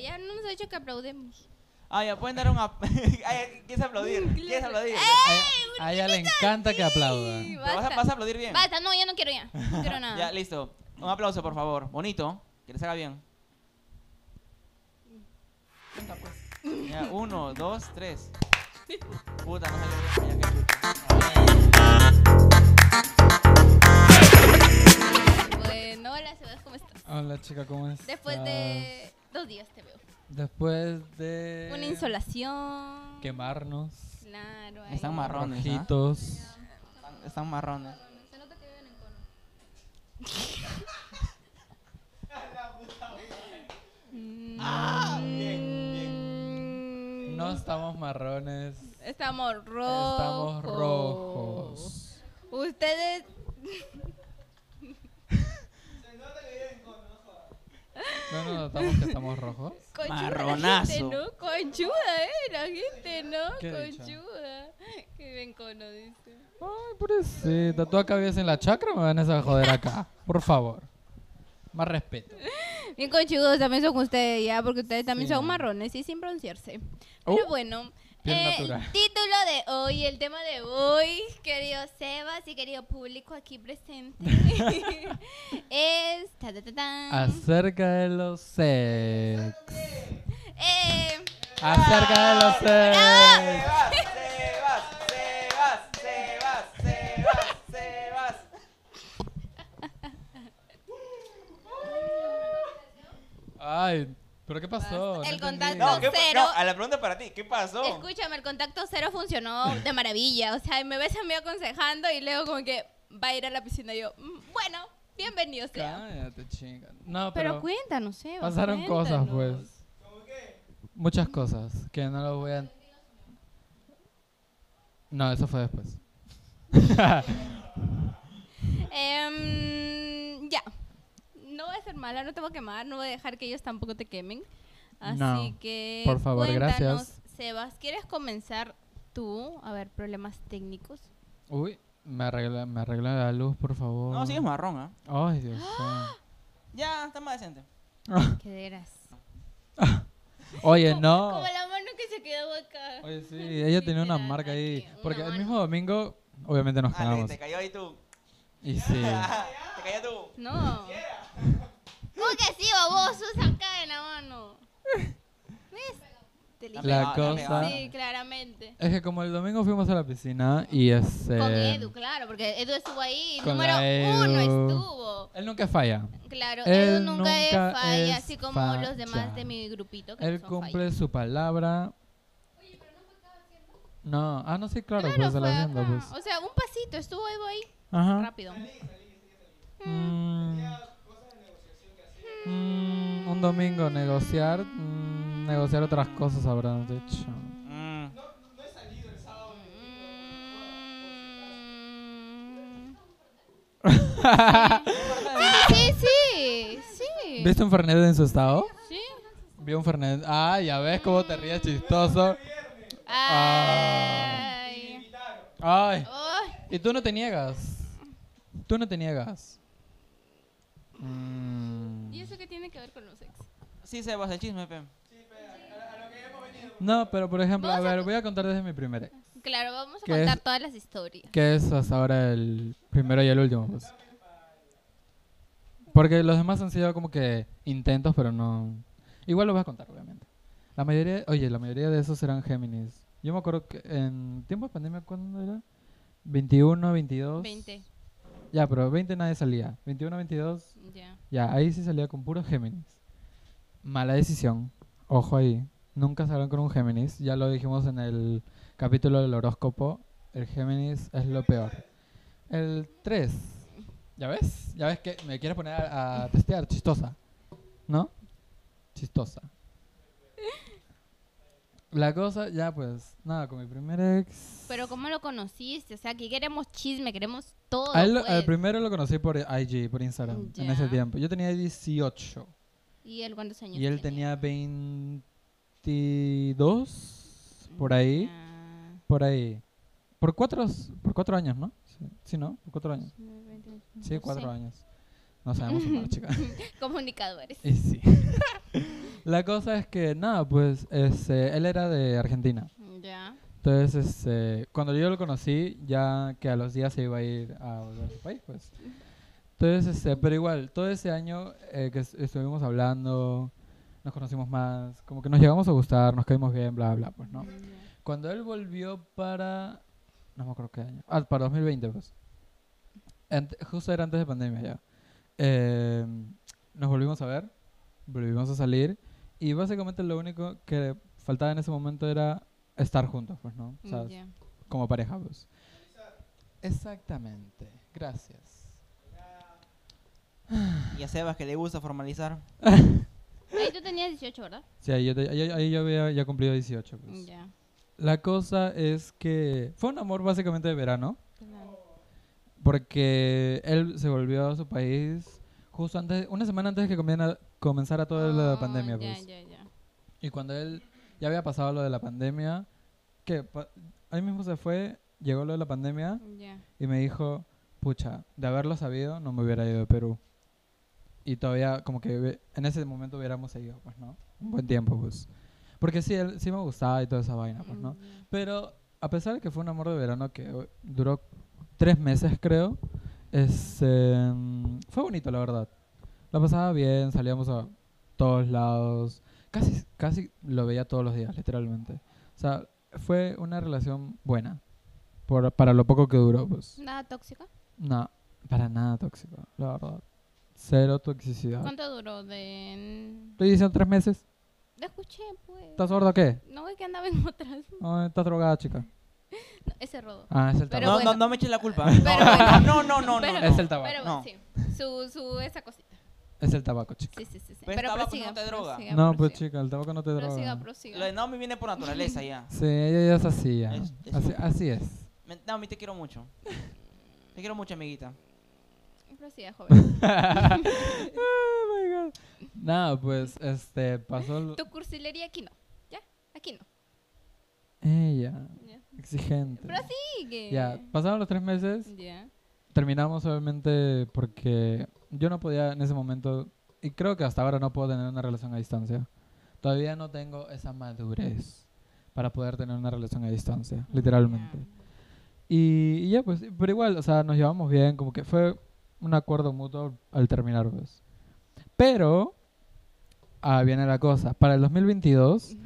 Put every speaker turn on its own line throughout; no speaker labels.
Ya no nos ha dicho que aplaudemos.
Ah, ya pueden dar un. ap- Ay, ¿Quieres aplaudir?
Mm,
¿Quieres
claro.
aplaudir?
¡Eh!
A ella le encanta que
Sí,
aplaudan.
¿Te vas, a, vas a aplaudir bien?
Basta, no, ya no quiero ya. No quiero nada.
Ya, listo. Un aplauso, por favor. Bonito. Que les haga bien. Ya, uno, dos, tres. Puta, no salió. Ya, qué
Bueno, hola, Sebas, ¿cómo estás?
Hola chica, ¿cómo estás?
Después de dos días te veo.
Después de...
Una insolación.
Quemarnos.
Claro.
chuta. Están
ahí.
marrones. ¿ah?
Rojitos.
Están- Están marrones.
Se nota que viven en cono. Ah, bien, bien.
No estamos marrones.
Estamos rojos.
Estamos rojos.
Ustedes.
No nos notamos que estamos rojos.
Conchuda
Marronazo.
La gente, ¿no? Conchuda, ¿eh? La gente, ¿no?
¿Qué he dicho?
Conchuda. Que viven cono, dice.
Ay, pobrecita. ¿Tú acá vives en la chacra o me van a joder acá? Por favor. Más respeto.
Mm. Bien conchudos también son ustedes ya, porque ustedes también
Sí.
son marrones y sin broncearse.
Oh,
Pero bueno,
piel
eh,
natural.
título de hoy, el tema de hoy, querido Sebas y querido público aquí presente, es... ta, ta, ta, tan.
Acerca de los sex.
Eh,
Acerca de los sex.
Ah.
Sebas, Sebas, Sebas, Sebas, Sebas, Sebas.
Ay, ¿pero qué pasó?
El
entendí.
contacto.
No, ¿qué, pa-
Cero.
no, a la pregunta para ti, ¿qué pasó?
escúchame, el contacto cero funcionó de maravilla, o sea, me ves a mí aconsejando y luego como que va a ir a la piscina y yo, "Mm, bueno, bienvenido sea.
Cállate, chinga. No,
Pero,
pero,
cuéntanos, Sebas.
pasaron cosas,
cuéntanos.
pues. Muchas cosas que no lo voy a... No, eso fue después.
Em, ya. No voy a ser mala, no te voy a quemar, no voy a dejar que ellos tampoco te quemen. Así
No,
que.
por favor,
cuéntanos,
gracias.
Sebas, ¿quieres comenzar tú? A ver, problemas técnicos.
Uy, me arregla, me arregla la luz, por favor.
No, sí es marrón, ¿ah?
Ay, Dios mío.
Ya, está más decente.
Que verás.
Oye,
Como-
no.
Como la mano que se quedó acá.
Oye, sí, ella tenía una
Literal,
marca ahí.
aquí, una
Porque el
mano.
mismo domingo, obviamente nos
Ah, te,
quedamos.
te cayó ahí tú.
Y sí.
te cayó tú.
No. ¿Cómo que sí, baboso? Saca de la mano. ¿Ves? Te
La
elige.
pegada, la
La cosa.
pegada.
Sí, claramente.
Es que como el domingo fuimos a la piscina y este.
Con Edu, claro, porque Edu estuvo ahí. y
con
Número
la Edu.
uno estuvo.
Él nunca falla.
Claro,
Él
Edu nunca, es
nunca
falla,
es
así como los demás
falla.
de mi grupito. Que
Él
no son
cumple su palabra. No, ah, no, sí, claro,
fallas.
pues
Claro,
se la
fue
haciendo,
acá.
pues.
O sea, un pasito, estuvo Edu ahí,
Ajá.
rápido.
Mm. Mm, un domingo negociar. mm, negociar otras cosas habrán dicho.
Mm.
Mm. Sí, sí, sí, sí.
¿Viste un Fernet en su estado?
Sí.
Vi un Fernet. Ah, ya ves cómo te ríes chistoso. Ah.
Ay.
Ay.
Ay.
Y tú no te niegas. Tú no te niegas. Mm.
¿Y eso qué tiene que ver con los ex?
Sí, Sebas, el chisme, pe.
No, pero por ejemplo, a
Vamos a
ver, voy a contar desde mi primer ex,
Claro, vamos a
¿Qué
contar
es?
todas las historias.
que es hasta ahora el primero y el último. pues. Porque los demás han sido como que intentos, pero no. Igual lo voy a contar, obviamente. La mayoría, oye, la mayoría de esos eran Géminis. Yo me acuerdo que en tiempo de pandemia, ¿cuándo era? 21, 22.
20,
Ya, pero 20 nadie salía. 21, 22,
ya.
Ya, ahí sí salía con puros Géminis. Mala decisión. Ojo ahí. Nunca salgan con un Géminis. Ya lo dijimos en el capítulo del horóscopo. El Géminis es lo peor. El 3. ¿Ya ves? ¿Ya ves que me quieres poner a, a testear? Chistosa. ¿No? Chistosa. La cosa, ya pues, nada, con mi primer ex.
Pero ¿cómo lo conociste? O sea, aquí queremos chisme, queremos todo.
A él lo-
pues.
al primero lo conocí por IG, por Instagram, en ese
Ya.
tiempo. Yo tenía 18.
¿Y él cuántos años
Y él tenía 22, por ahí,
Ah,
por ahí. Por cuatro, por cuatro años, ¿no? Sí, sí, ¿no? Por cuatro años. Sí,
no
cuatro
sé.
años. No sabemos sumar, chica.
Comunicadores.
Y sí. La cosa es que, nada, pues este, él era de Argentina.
Ya.
Entonces, este, cuando yo lo conocí, ya que a los días se iba a ir a volver a su país, pues. Entonces, este, pero igual, todo ese año eh, que es- estuvimos hablando, nos conocimos más, como que nos llegamos a gustar, nos caímos bien, bla, bla, pues, ¿no? Cuando él volvió para. No me acuerdo qué año. Ah, para 2020, pues. Ant- justo era antes de pandemia ya. Eh, nos volvimos a ver, volvimos a salir. Y básicamente lo único que faltaba en ese momento era estar juntos, pues, ¿no? O sea,
Ya.
como pareja, pues. Exactamente. Gracias.
Y a Sebas que le gusta formalizar.
Ahí tú tenías 18, ¿verdad?
Sí, ahí yo, te- ahí- ahí yo había ya cumplido 18, pues.
Ya.
La cosa es que fue un amor básicamente de verano.
Claro.
Porque él se volvió a su país justo antes, una semana antes de que comiera- comenzara toda la
Ah, Ya,
pandemia. pues.
ya, ya.
Y cuando él ya había pasado lo de la pandemia, que pa- ahí mismo se fue, llegó lo de la pandemia
Ya.
y me dijo, pucha, de haberlo sabido no me hubiera ido de Perú. Y todavía como que hubie- en ese momento hubiéramos seguido, pues, ¿no? Un buen tiempo, pues. Porque sí, él, sí me gustaba y toda esa vaina, pues, ¿no?
Ya.
Pero a pesar de que fue un amor de verano que eh, duró tres meses, creo, es, eh, fue bonito, la verdad. La pasaba bien, salíamos a todos lados. Casi, casi lo veía todos los días, literalmente. O sea, fue una relación buena. Por, para lo poco que duró, pues.
¿Nada tóxica?
No, para nada tóxico, la verdad. Cero toxicidad.
¿Cuánto duró? De...
Estoy diciendo tres meses.
Te escuché, pues.
¿Estás sordo o qué?
No es que andaba en otras.
Ay, ¿Estás drogada, chica?
No, ese rodo.
Ah, es el
Pero
no,
tabaco.
bueno.
no, no me eches la culpa.
Pero
no,
bueno.
no, no, no, no,
Pero-
no.
Es el tabaco.
Pero
No.
bueno, sí. Su, su, esa cosita.
Es el tabaco, chica.
Sí, sí, sí. sí.
Pero tabaco
prosiga,
no te droga.
prosiga,
No, pues
prosiga.
chica, el tabaco no te droga.
Prosiga,
Lo de
prosiga.
no me viene por naturaleza ya.
Sí, ella ya es así, ya.
Es- es
así,
un-
así es.
Me- No, a mí te quiero mucho. Te quiero mucho, amiguita.
Prosiga, joven.
Oh my God. Nada, pues, este, pasó lo-
Tu cursilería aquí no. ¿Ya? Aquí no.
ella,
Ya.
exigente.
Prosigue.
Ya, pasaron los tres meses,
Ya.
terminamos obviamente porque yo no podía en ese momento, y creo que hasta ahora no puedo tener una relación a distancia. Todavía no tengo esa madurez para poder tener una relación a distancia, literalmente. Y, y ya, pues, pero igual, o sea, nos llevamos bien, como que fue un acuerdo mutuo al terminar, pues. Pero, ah, viene la cosa, para el 2022,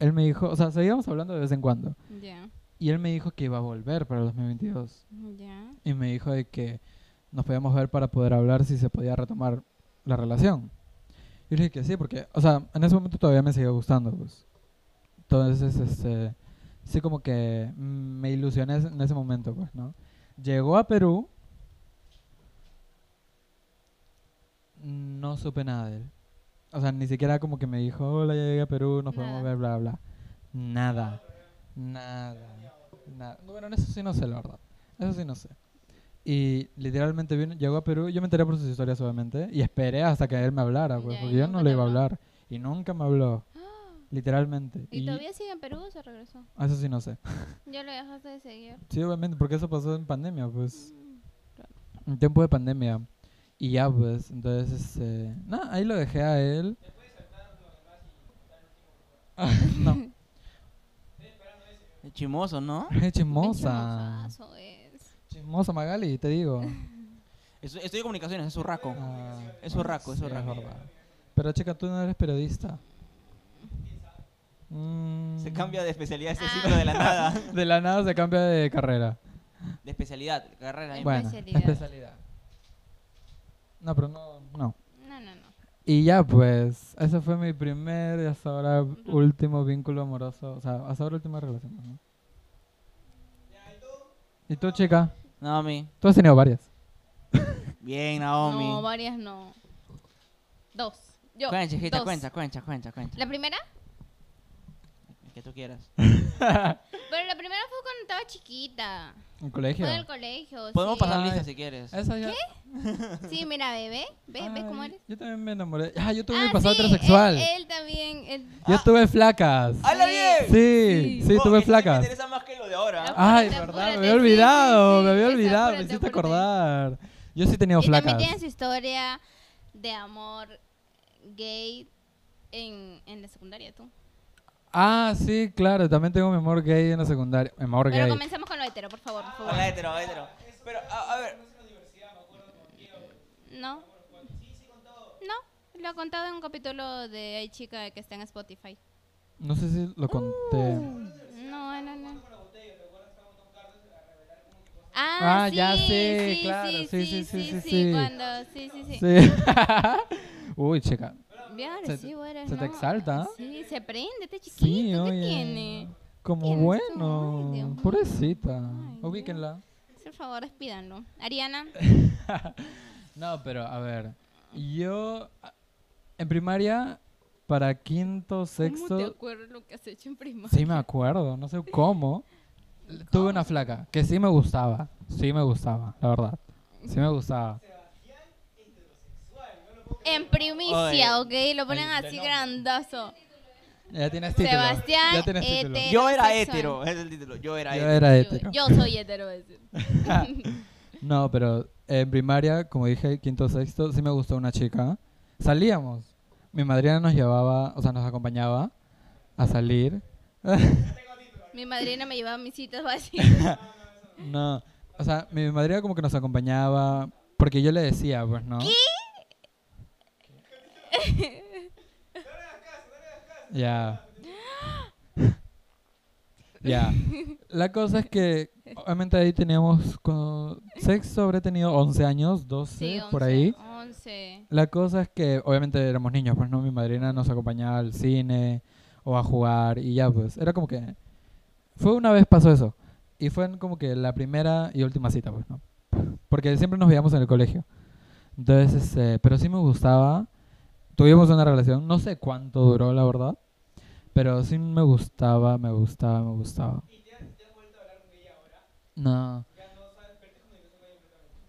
él me dijo, o sea, seguíamos hablando de vez en cuando,
Ya.
y él me dijo que iba a volver para el 2022,
Ya.
y me dijo de que nos podíamos ver para poder hablar si se podía retomar la relación. Y le dije que sí, porque, o sea, en ese momento todavía me seguía gustando, pues. Entonces, este, sí como que mm, me ilusioné en ese momento, pues, ¿no? Llegó a Perú, no supe nada de él. O sea, ni siquiera como que me dijo, hola, ya llegué a Perú, nos podemos
Nada.
ver, bla, bla. Nada. Nada. Nada. Bueno, en eso sí no sé, la verdad. Eso sí no sé. Y literalmente vino, llegó a Perú, yo me enteré por sus historias obviamente, y esperé hasta que él me hablara, pues,
Ya, y
porque yo
nunca
no le
te
iba a
habló.
hablar. Y nunca me habló, literalmente.
¿Y todavía sigue en Perú o se regresó?
Ah, Eso sí no sé.
Ya lo dejaste de seguir.
Sí, obviamente, porque eso pasó en pandemia, pues.
Mm,
En tiempo de pandemia. Y ya, pues, entonces, este, nada, ahí lo dejé a él. Ah, no,
Chimoso, ¿no?
es
qué
chismosa.
chismosazo Ah, es.
Chismosa Magali, te digo.
Es- Estudio comunicaciones, es urraco.
Ah,
Es urraco, es
sí,
urraco.
verdad. Pero chica, tú no eres periodista. Mm.
Se cambia de especialidad este
Ah.
ciclo de la nada.
De la nada se cambia de carrera.
De especialidad, carrera. ¿eh?
Bueno.
Bueno,
Especialidad.
especialidad. No, pero no, no.
No, no, no.
Y ya pues, ese fue mi primer y hasta ahora último vínculo amoroso, o sea, hasta ahora última relación. ¿no? ¿Y tú, chica?
Naomi.
Tú has tenido varias.
Bien,
No,
Naomi.
varias no. Dos. Yo.
Cuenta, chiquita,
dos.
cuenta, cuenta, cuenta, cuenta.
La Pues primera,
El Que tú quieras.
pero la primera fue cuando estaba chiquita.
¿En colegio?
Fue en el colegio.
Podemos
sí.
pasar
Ay.
lista si quieres.
Esa ya-
Sí, mira, bebé. ¿Ves, ves cómo
Ay,
eres?
Yo también me enamoré. Ah, yo tuve
Ah,
mi pasado
sí, eh,
heterosexual.
Él, él también. él-
Yo
Ah.
tuve flacas.
¡Hala
Sí.
bien!
Sí, sí,
Oh,
tuve
eso sí Me
flacas.
interesa más que lo de ahora.
Ay,
Apúrate,
verdad, me
apúrate, sí,
había
sí,
olvidado,
sí,
me había
sí,
olvidado, me
apúrate,
hiciste
apúrate.
acordar. Yo sí he tenido
Y
flacas.
también tiene su historia de amor gay en, en la secundaria, tú.
Ah, sí, claro, también tengo mi amor gay en la secundaria. Mi amor
Pero
gay.
comencemos con lo hetero, por favor, por favor.
Hola, hetero, hetero. Pero, a, a ver.
No. No, lo he contado en un capítulo de Hay Chica que está en Spotify.
No sé si
Uh,
lo conté.
No, no, no.
Ah, ya sé,
sí,
claro,
sí,
sí,
sí,
sí, sí, sí, sí.
sí, cuando, sí, sí, sí.
Sí. Uy, chica.
Bien
Se-
agresivo eres,
se te
¿no?
exalta. ¿ah?
Sí, se prende, este chiquito,
Sí,
¿qué
oye.
tiene?
Como
Tienes
bueno.
un- ay, Dios mío.
Pobrecita.
Ay,
Ubíquenla.
Por favor, despídanlo. Ariana,
No, pero a ver. Yo a- en primaria para quinto,
¿cómo te
sexto,
acuerdas lo que has hecho en primaria?
sí me acuerdo, no sé cómo. l- Tuve una flaca que sí me gustaba, sí me gustaba, la verdad. Sí me gustaba.
En primicia, ¿ok? Lo ponen
Ahí
así grandazo.
Ya tienes título.
Sebastián
ya tienes título.
Ete-
Yo era
Heterosexual.
hetero, es el título. Yo era
Yo
hetero.
era
Yo,
hetero.
yo soy hetero. es decir.
No, pero en primaria, como dije, quinto, sexto, sí me gustó una chica. Salíamos. Mi madrina nos llevaba, o sea, nos acompañaba a salir.
Mi madrina me llevaba a mis citas así.
no, o sea, mi madrina como que nos acompañaba porque yo le decía, pues, ¿no? Ya. Ya. La cosa es que obviamente ahí teníamos con sexto habré tenido 11 años, 12
Sí,
¿Eh? por
11,
ahí.
11.
La cosa es que obviamente éramos niños, pues no, mi madrina nos acompañaba al cine o a jugar y ya pues, era como que fue una vez pasó eso y fue en como que la primera y última cita, pues no. Porque siempre nos veíamos en el colegio. Entonces, este, pero sí me gustaba. Tuvimos una relación, no sé cuánto duró, la verdad, pero sí me gustaba, me gustaba, me gustaba. No.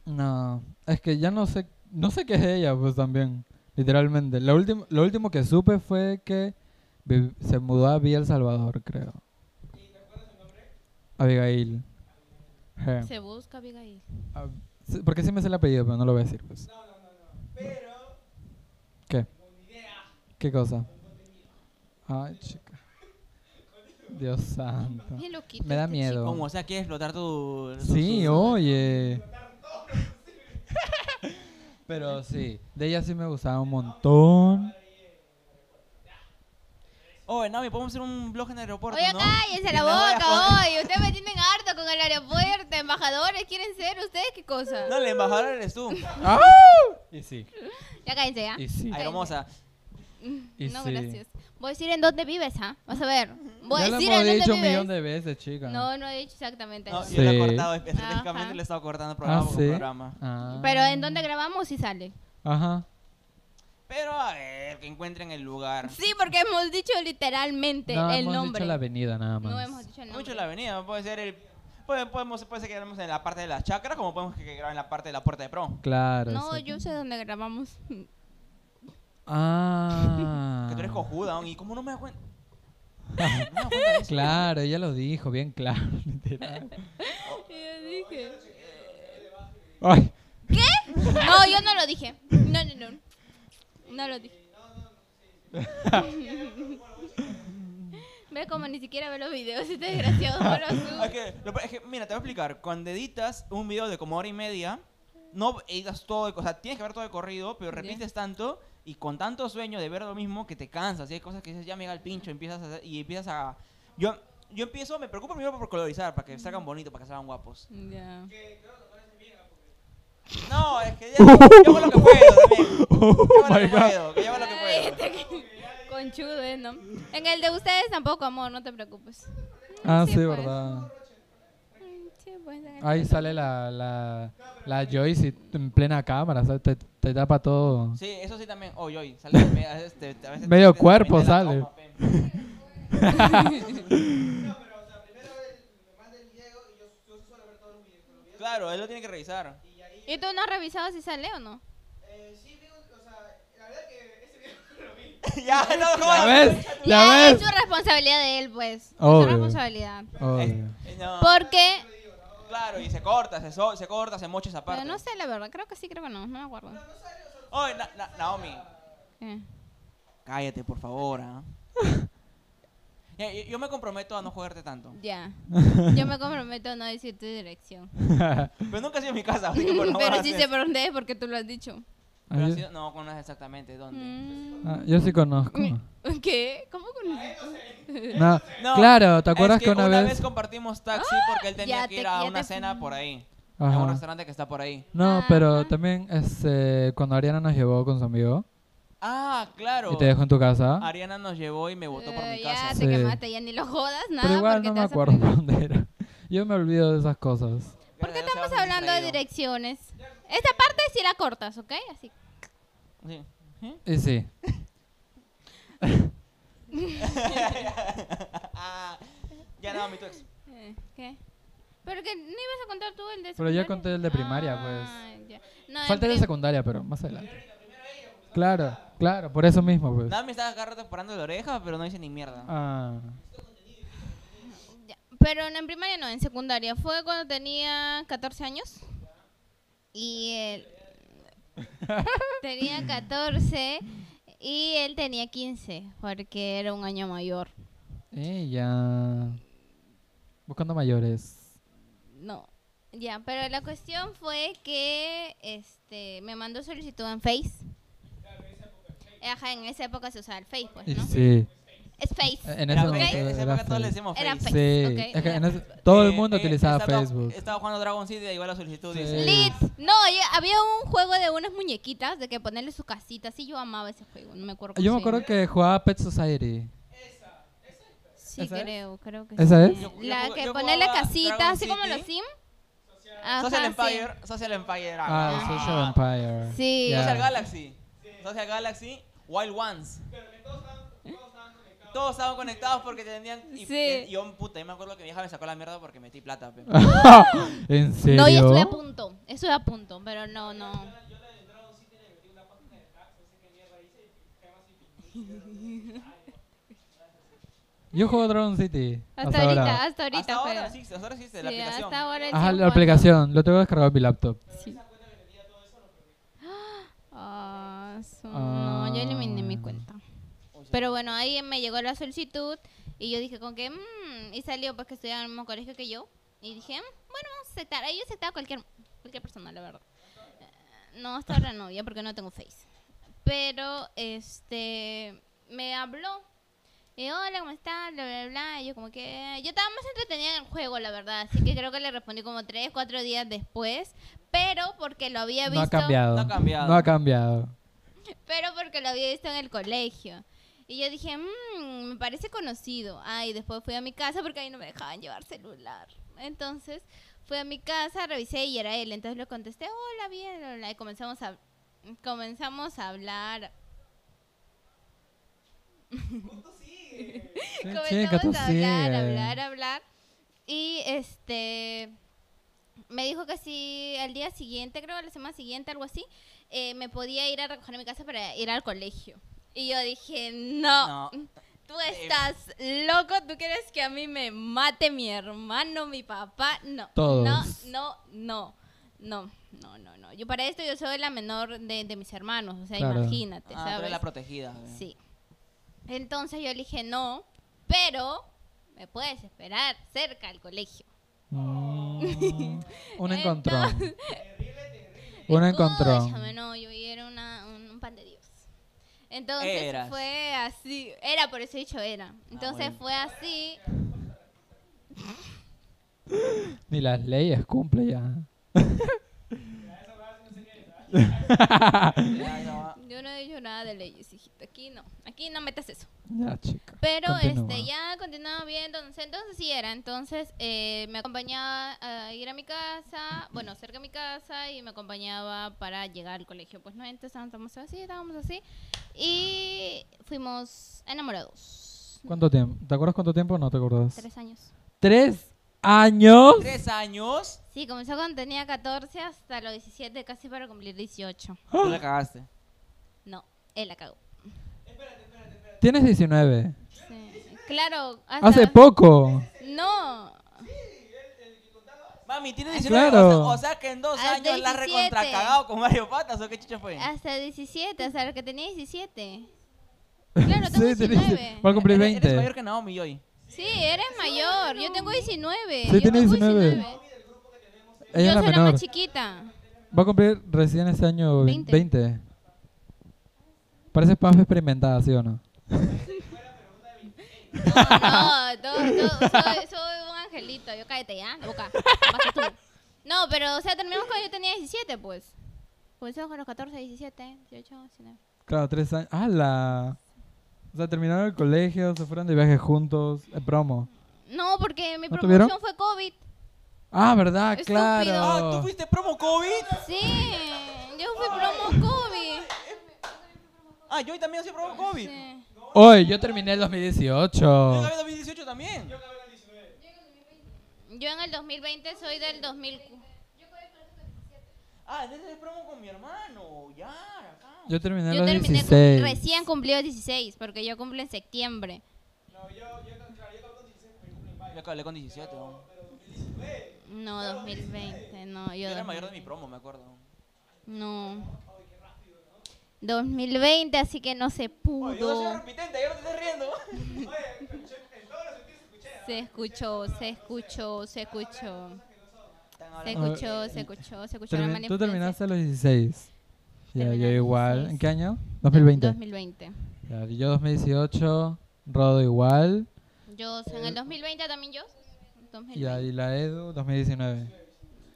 No, es que ya no sé, no sé qué es ella, pues también, literalmente. Lo último, lo último que supe fue que vi- se mudó a Villa El Salvador, creo. Abigail. Je.
Se busca Abigail.
Ah, sí, Porque sí me sé el apellido, pero no lo voy a decir, pues. No, no, no, Pero... ¿Qué? ¿Qué cosa? Ay, chica. Dios santo.
Bien loquito.
Me da
este
miedo.
¿Cómo? O sea, ¿quieres explotar tu. su-
Sí,
su-
oye. Pero sí, de ella sí me gustaba un montón.
Oye, Nami, podemos hacer un blog en el aeropuerto,
Oye,
¿no?
cállense
Que
la
me voy a
boca hoy. Ustedes me tienen harto con el aeropuerto. Embajadores quieren ser. ¿Ustedes qué cosa?
No, el embajador eres tú.
¡Ah! Y sí,
Ya cállense, ¿ya?
y sí.
Ay, hermosa.
y
no,
sí.
gracias. Voy a decir en dónde vives, ¿ah? Vas a ver. Voy a
ya lo
decir
hemos
en
dicho
dónde
un
vives.
millón de veces, chica.
No, no he dicho exactamente.
No,
no.
yo le he
Sí.
cortado, estratégicamente
Ajá.
le he estado cortando programa
Ah,
por
¿sí?
programa.
Ah.
Pero en dónde grabamos sí sale.
Ajá.
Pero a ver, que encuentren el lugar.
Sí, porque hemos dicho literalmente
No,
el
hemos
nombre.
dicho la avenida nada más.
no hemos dicho el nombre.
Mucho la avenida, puede ser el. Puede, podemos, puede ser que grabemos en la parte de la chacra, como podemos que que graben en la parte de la puerta de pro.
Claro.
No,
exacto.
yo sé dónde grabamos.
Ah.
Que tú eres cojuda, aún, y como no me da cuenta. No me da cuenta de eso.
Claro, ella lo dijo, bien claro, literal.
Yo dije.
Ay,
No, yo no lo dije. No, no, no. No lo dije. Ve como ni siquiera ve los videos, este desgraciado no los
Es
sube.
que, lo pe- es que, mira, te voy a explicar. Cuando editas un video de como hora y media, no editas todo, de- o sea, tienes que ver todo de corrido, pero
Ya.
repites tanto y con tanto sueño de ver lo mismo que te cansas. Y hay cosas que dices, ya me llega el pincho, empiezas a, hacer- y empiezas a... Yo, yo empiezo, me preocupo primero por colorizar, para que salgan bonitos, para que salgan guapos.
Ya.
No, es que ya, yo hago lo que puedo también. Yo hago lo que
Oh my God.
puedo, que yo hago lo que
Ay,
puedo.
este que- Conchudo, ¿eh? ¿no? En el de ustedes tampoco, amor, no te preocupes.
ah,
Sí,
sí,
pues.
verdad.
Mm, Sí, pues, en el-
Ahí sale la, la, la Joyce y- en plena cámara, o sea, te, te tapa todo.
Sí, eso sí también. Oye, oye, sale de media- este, a veces te-
Medio
te-
cuerpo
te la
sale.
toma, pe. Claro, él lo tiene que revisar.
¿Y tú no has revisado si sale o no?
ya, no,
¿Ya
jodas.
ves? ¿Ya
Ya,
ves?
Es su responsabilidad de él, pues. Es
Obvio.
su responsabilidad.
Obvio.
Eh, no,
Porque,
claro, y se corta, se, so- se corta, se mocha esa
pero
parte.
eh, no sé, la verdad, creo que sí, creo que no, no me acuerdo.
Oye, Na- Na- Naomi,
¿Qué?
Cállate, por favor. ¿ah? Ya, yo, yo me comprometo a no joderte tanto.
Ya. Yo me comprometo a no decir tu dirección.
Pero nunca has ido a mi casa. así que por favor,
Pero
haz
sí
eso.
sé por dónde es porque tú lo has dicho.
Pero
Ah,
ha
yo-
sido- no, no es exactamente dónde.
Mm.
ah, yo sí conozco.
¿Qué? ¿Cómo conoces?
No,
No,
claro, ¿te acuerdas
es
que, una, vez...
compartimos taxi porque él tenía
Ah, ya
que
te-
ir a
ya
una
te-
cena por ahí. A un
Ajá.
restaurante que está por ahí.
No,
Ah,
pero
ajá.
también este, cuando Ariana nos llevó con su amigo
Ah, claro.
y te dejó en tu casa.
Ariana nos llevó y me votó por
Eh,
mi
ya
casa.
te
Sí.
quemaste, ya ni lo jodas, nada.
pero igual
porque
no
te
me
vas a
acuerdo
fregar.
dónde era. Yo me olvido de esas cosas.
¿Por qué
Gracias,
estamos
Sebas,
hablando de
distraído.
direcciones? Esta parte sí la cortas, ¿ok? Así.
Sí. ¿Eh?
Y sí.
Ah, ya nada, mi tu ex.
Eh, ¿Qué? Pero que no ibas a contar tú el de
Pero ya
secundaria?
conté el de primaria, pues.
Ah, ya. No, en
Falta de
prim-
secundaria, pero más adelante. Claro, claro, por eso mismo, pues.
Nada, me estaba acá rato parando la oreja, pero no hice ni mierda.
Ah,
ya. Pero no, en primaria no, en secundaria. Fue cuando tenía 14 años. Y él... tenía 14 y él tenía 15, porque era un año mayor.
ella. Eh, Buscando mayores.
No. Ya, pero la cuestión fue que este me mandó solicitud en Face. Ajá, en esa época se usaba el Face, pues,
Y
¿no?
sí. Eh,
Es Face.
En
Era
ese
ok.
momento
fe- esa
era
época todos le
Facebook.
decimos
Era
Face.
Facebook.
Sí,
ok,
es que
ya.
en ese- todo el
Eh,
mundo
eh,
utilizaba
estaba-
Facebook.
Estaba jugando Dragon City y llegó la solicitud.
Sí.
Dice,
Lit. No, yo- había un juego de unas muñequitas de que ponerle sus casitas y yo amaba ese juego, no me acuerdo. cómo
Ah, Yo me
se
acuerdo
llama.
que jugaba Pet Society.
Sí,
¿Esa es?
creo, creo que
¿Esa
sí.
es?
Yo- yo
La
jugu-
que
yo
ponerle
jugaba
casitas,
Dragon
así como
City.
los Sim. Ajá,
Social
sí.
Empire. Social Empire.
Ah, el Social Empire.
Sí.
Ya.
Social Galaxy. Social Galaxy. Wild Ones. Todos estaban conectados porque tenían. Y, eh,
Sí.
y yo, puta, yo me acuerdo que mi hija me sacó la mierda porque metí plata. pe.
¿En serio?
No, yo estuve a punto, estuve a punto, pero no, no.
Yo juego Dragon City.
Hasta,
hasta
ahorita,
ahora.
hasta ahorita
Hasta
juega.
ahora, sí, hasta ahora existe la
Sí,
aplicación.
hasta ahora el
Ajá,
100%.
la aplicación. Lo tengo descargado en mi laptop.
Sí. Ah, su- no, yo eliminé mi
Ah.
cuenta.
Oh,
Pero bueno, ahí me llegó la solicitud y yo dije con que, mm, y salió pues que estudiaba en el mismo colegio que yo. Y dije, mm, bueno, vamos a aceptar. Ahí yo aceptaba a cualquier, cualquier persona, la verdad. Eh, No, hasta ahora no, ya porque no tengo face. Pero, este, me habló. Y hola, ¿cómo estás? Bla, bla, bla. Y yo como que... eh, Yo estaba más entretenida en el juego, la verdad. Así que creo que le respondí como tres, cuatro días después. Pero porque lo había
No
visto...
ha cambiado.
No ha cambiado.
No ha cambiado.
Pero porque lo había visto en el colegio. Y yo dije, "Mm, me parece conocido. Ah, y después fui a mi casa porque ahí no me dejaban llevar celular. Entonces fui a mi casa, revisé y era él. Entonces le contesté, hola, bien, hola. Y comenzamos a, comenzamos a hablar.
Sí, chica, tú
comenzamos a hablar,
sigue.
hablar, hablar. Y este me dijo que si al día siguiente, creo, a la semana siguiente, algo así, eh, me podía ir a recoger a mi casa para ir al colegio. Y yo dije, no,
No. ah, eh,
tú estás loco, tú quieres que a mí me mate mi hermano, mi papá. No,
Todos.
no, no, no, no, no, no, no. Yo para esto yo soy la menor de, de mis hermanos, o sea,
Claro.
imagínate,
Ah, tú
¿sabes?
eres la protegida. pe.
Sí. Entonces yo le dije no, pero me puedes esperar cerca al colegio.
Mm, un encontrón. Un
Escúchame,
encontrón.
no, yo era una- un, un pan de Dios. Entonces
Eras. Ah,
fue así, era por eso he dicho era. Entonces
bueno.
fue así,
Ni las leyes cumple ya.
Ya, ya va.
yo no he dicho nada de leyes, hijito, aquí no, aquí no metas eso.
Ya, chica.
Pero
continúa.
este ya continuaba viendo, entonces, entonces sí era, entonces eh, me acompañaba a ir a mi casa, bueno, cerca de mi casa y me acompañaba para llegar al colegio. Pues no, entonces estábamos así, estábamos así y fuimos enamorados.
¿Cuánto tiempo? ¿Te acuerdas cuánto tiempo? No te acordás.
Tres años.
¿Tres años?
Tres años.
Sí, comenzó cuando tenía 14 hasta los 17, casi para cumplir 18.
Tú la cagaste.
No, él la cagó.
Tienes 19.
Sí. Claro, hasta-
Hace poco.
No,
Mami, tiene 19
Ah, claro.
o, sea, o sea que en dos
Ah,
años la
17.
has
Ah,
recontracagado con Mario Patas o qué chicha fue.
hasta 17, hasta que tenía 17. Claro, tengo
Sí, tenés-
19.
Va a cumplir
Eres- Eres
20.
mayor que Naomi hoy.
Sí, eres mayor. Yo tengo 19.
Sí,
Yo
tiene
tengo
19. Ella
Yo
es la
soy la
menor.
más chiquita.
Va a cumplir recién este año vein-
20.
20. Parece paz experimentada, ¿sí o no?
No, no, todo- todo- soy, soy un angelito. Yo cállate ya, la boca. Más que tú. No, pero, o sea, terminamos cuando yo tenía 17, pues. Comenzamos con los 14, 17, 18, 19.
Claro, tres años. ¡Hala! O sea, terminaron el colegio, se fueron de viaje juntos, el promo.
No, porque mi
¿No
promoción
tuvieron?
fue COVID.
Ah, ¿verdad?
Estúpido.
Ah,
Claro.
¿tú fuiste promo COVID?
Sí, yo fui promo COVID.
Ah, yo también soy promo COVID.
Sí.
Hoy, yo terminé el
Yo
2018.
acabé en 2018 también.
Yo en el 2020 soy del 2000.
Ah, ese es promo con mi hermano. Ya, acá.
Yo terminé
Yo
los
terminé cum-
16.
recién cumplido 16, porque yo cumplo en septiembre.
Yo acabé con 17. ¿no?
No, 2020, no, yo.
Yo era
2020.
mayor de mi promo, me acuerdo.
No. 2020, así que no se
Yo soy
pudo.
repitente, ya no te estás riendo.
Se escuchó, se escuchó, se escuchó.
Están
Se
hablando.
escuchó, se escuchó, se escuchó la
Termi-
mala
Ah, eh, Tú
influencia.
terminaste a los 16. Ya,
Terminé a
yo
los
igual.
16.
¿En qué año? 2020.
2020.
Ya, yo 2018. Rodo igual.
Yo, en el 2020 también yo. 2020.
Y ahí la Edu 2019.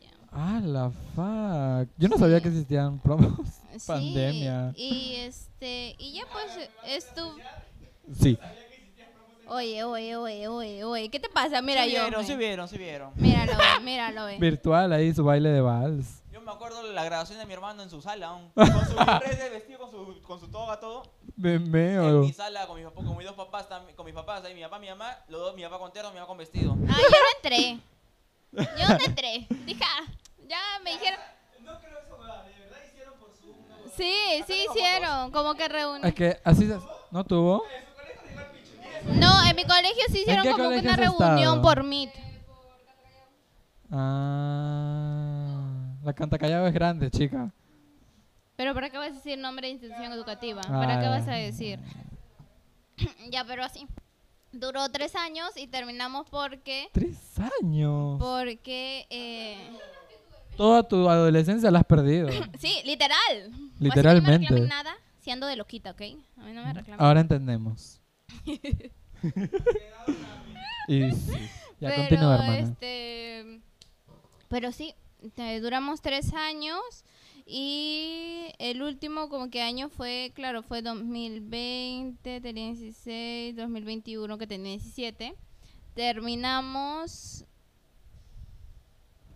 Ya.
Ah, la fuck. Yo no sabía
Sí.
que existían promos.
Sí,
Pandemia.
Y este, y ya pues estuve
Sí.
Oye, oye, oye, oye, oye, ¿qué te pasa? Mira
sí
yo.
vieron,
ve.
sí vieron, sí vieron.
Míralo, ve, míralo, ve.
Virtual ahí su baile de vals.
Yo me acuerdo la grabación de mi hermano en su sala, aún, con su red vestido, con su, con su toga, todo.
Me
En
meo.
mi sala, con mis, papás- con mis dos papás, tam- con mis papás, ahí mi papá, mi mamá, los dos, mi papá con terno, mi mamá con vestido.
Ah, yo no entré. Yo no entré. Dije, ah, ya me dijeron. Sí, sí hicieron, como que
Es
reunión.
que así se- no tuvo.
No, en mi colegio sí hicieron
qué
como que
colegio
una
has estado?
reunión por Meet.
Ah, la canta callado es grande, chica.
Pero ¿para qué vas a decir nombre de institución educativa?
Ah,
¿Para qué
ya.
vas a decir? ya, pero así. Duró tres años y terminamos porque...
Tres años.
Porque... Eh,
Toda tu adolescencia la has perdido.
Sí, literal. O
Literalmente.
sea, no me reclamen nada siendo de loquita, ¿ok? A mí no me reclamen.
Ahora entendemos. y sí. Ya
pero,
continúa, hermana.
Este, pero sí, te- duramos tres años y el último como que año fue, claro, fue 2020, tenía 16, 2021 que tenía 17. Terminamos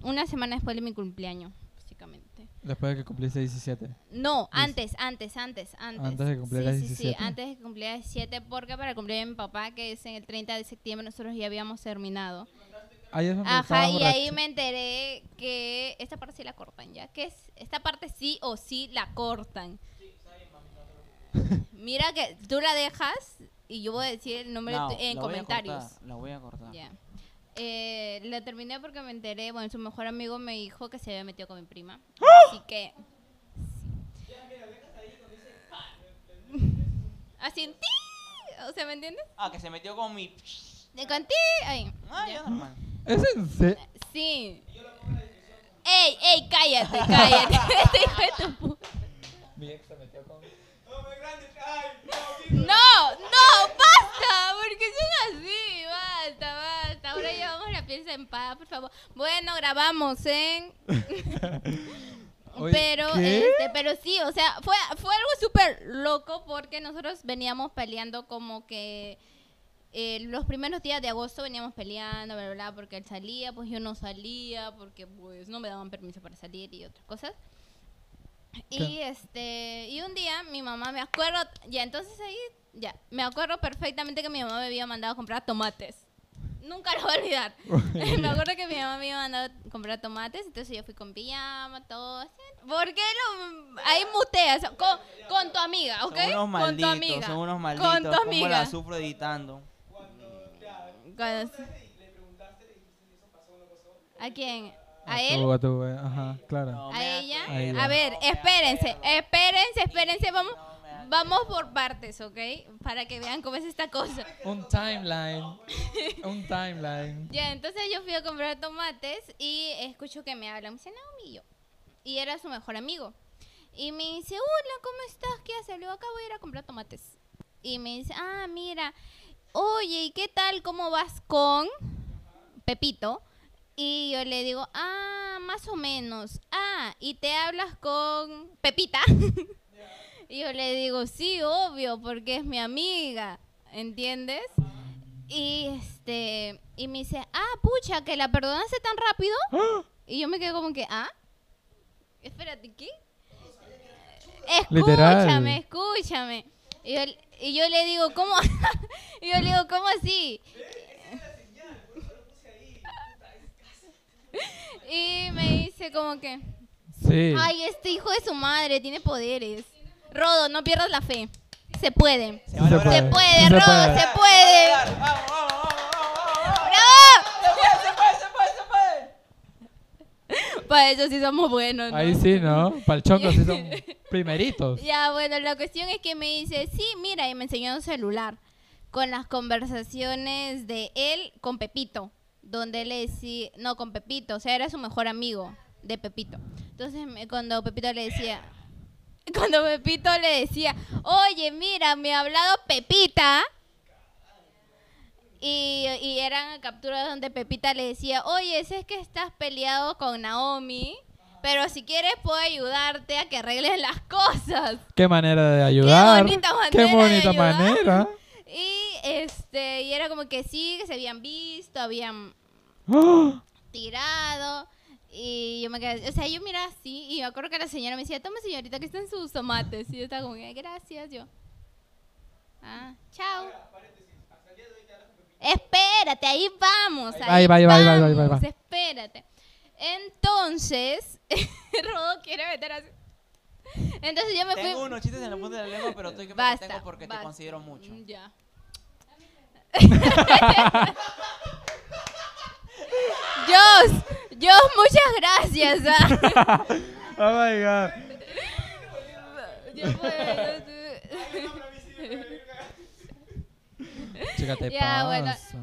una semana después de mi cumpleaños, básicamente.
Después de que cumpliste 17.
No, antes, antes, antes, antes.
Antes de cumplir
sí,
las
sí, Sí,
17.
antes de cumplir las 17, porque para cumplir de mi papá, que es en el 30 de septiembre, nosotros ya habíamos terminado.
Ahí es donde
Ajá,
estabas
y ahí
Ah, borracho.
me enteré que esta parte sí la cortan, ¿ya? Que es, esta parte sí o sí la cortan. Mira que tú la dejas y yo voy a decir el nombre
No,
tu- en
la voy a
comentarios.
cortar, La voy a cortar.
Ya. Eh, la terminé porque me enteré, bueno, su mejor amigo me dijo que se había metido con mi prima. Así que... sí. Así, Ah, ¡ti! O sea, ¿me entiendes?
Ah, que se metió con mi.
De con ti, ahí.
Ah,
Ya.
ya normal.
¿Es en serio?
Sí. Ey, ey, cállate, cállate. Este hijo de tu pu-
Mi ex se metió con...
No, no, basta, porque son así, basta, basta. Ahora llevamos la pieza en paz, por favor. Bueno, grabamos, ¿eh?
Oye,
pero,
¿qué?
este, pero sí, o sea, fue, fue algo súper loco porque nosotros veníamos peleando como que eh, los primeros días de agosto veníamos peleando, bla, bla, bla, porque él salía, pues yo no salía, porque pues no me daban permiso para salir y otras cosas. Y
Claro.
este, y un día mi mamá me acuerdo, ya entonces ahí, ya, me acuerdo perfectamente que mi mamá me había mandado a comprar tomates. Nunca lo voy a olvidar. me acuerdo que mi mamá me había mandado a comprar tomates, entonces yo fui con pijama, todo así. ¿Por qué lo ahí muteas? Con, con tu amiga, ¿ok?
Son unos
con tu
malditos,
amiga.
son unos malditos.
Con tu
Cómo
amiga.
la sufro editando.
Cuando- ¿A quién? ¿A
tu-
él?
Ah, a tu- Ajá, claro.
No,
a
me
ella.
acuerdo,
A ver,
no me
espérense,
acuerdo.
espérense, espérense, vamos,
No me acuerdo.
Vamos por partes, ¿ok? Para que vean cómo es esta cosa.
Un timeline. Un timeline.
Ya, entonces yo fui a comprar tomates y escucho que me hablan. Me dice Naomi y yo. Y era su mejor amigo. Y me dice, hola, ¿cómo estás? ¿Qué haces? Le digo, acá voy a ir a comprar tomates. Y me dice, ah, mira. Oye, ¿y qué tal? ¿Cómo vas con Pepito? Y yo le digo, ah, más o menos. Ah, ¿y te hablas con Pepita? y yo le digo, sí, obvio, porque es mi amiga. ¿Entiendes? Y este, y me dice, ah, pucha, que la perdonaste tan rápido. Y yo me quedo como que, ah, espérate, ¿qué?
Literal.
Escúchame, escúchame. Y yo, y yo le digo, ¿cómo? y yo le digo, ¿cómo así? Y me dice como que,
Sí.
ay, este hijo de su madre tiene poderes. Rodo, no pierdas la fe. Se puede.
Sí
Se
Se
puede.
puede,
Sí se
Rodo,
puede.
se puede.
Vamos, vamos, vamos, vamos, vamos.
¡Bravo!
Se puede, se puede, se puede, se puede.
Para eso sí somos buenos, ¿no?
Ahí sí, ¿no? Palchongo sí son primeritos.
Ya, bueno, la cuestión es que me dice, sí, mira, y me enseñó un celular con las conversaciones de él con Pepito, donde él le decía, no, con Pepito, o sea, era su mejor amigo de Pepito. Entonces, me- cuando Pepito le decía, cuando Pepito le decía, oye, mira, me ha hablado Pepita. Y, y eran capturas donde Pepita le decía, oye, si es que estás peleado con Naomi, pero si quieres puedo ayudarte a que arregles las cosas.
Qué manera de ayudar.
bonita
Qué
manera de
bonita
ayudar.
manera.
Y este, y era como que sí, que se habían visto, habían
¡Ah!
tirado. Y yo me quedé, o sea, yo miraba así y me acuerdo que la señora me decía, toma señorita, que están sus tomates. Y yo estaba como, que, "Ay, gracias, yo. Ah, chao. Espérate, ahí vamos.
Ahí va, ahí va, ahí va, ahí va, ahí va, ahí va.
vamos, Espérate. Entonces, Rodo quiere meter así. Entonces yo me fui.
Tengo unos chistes en la punta de la lengua, pero estoy que me
Basta,
tengo porque te
basta.
considero mucho.
Mm, Ya. Dios, Dios, muchas gracias. ah.
Oh my god.
Ya fue, ya fue.
Chica, te
Ya, bueno.
pasas.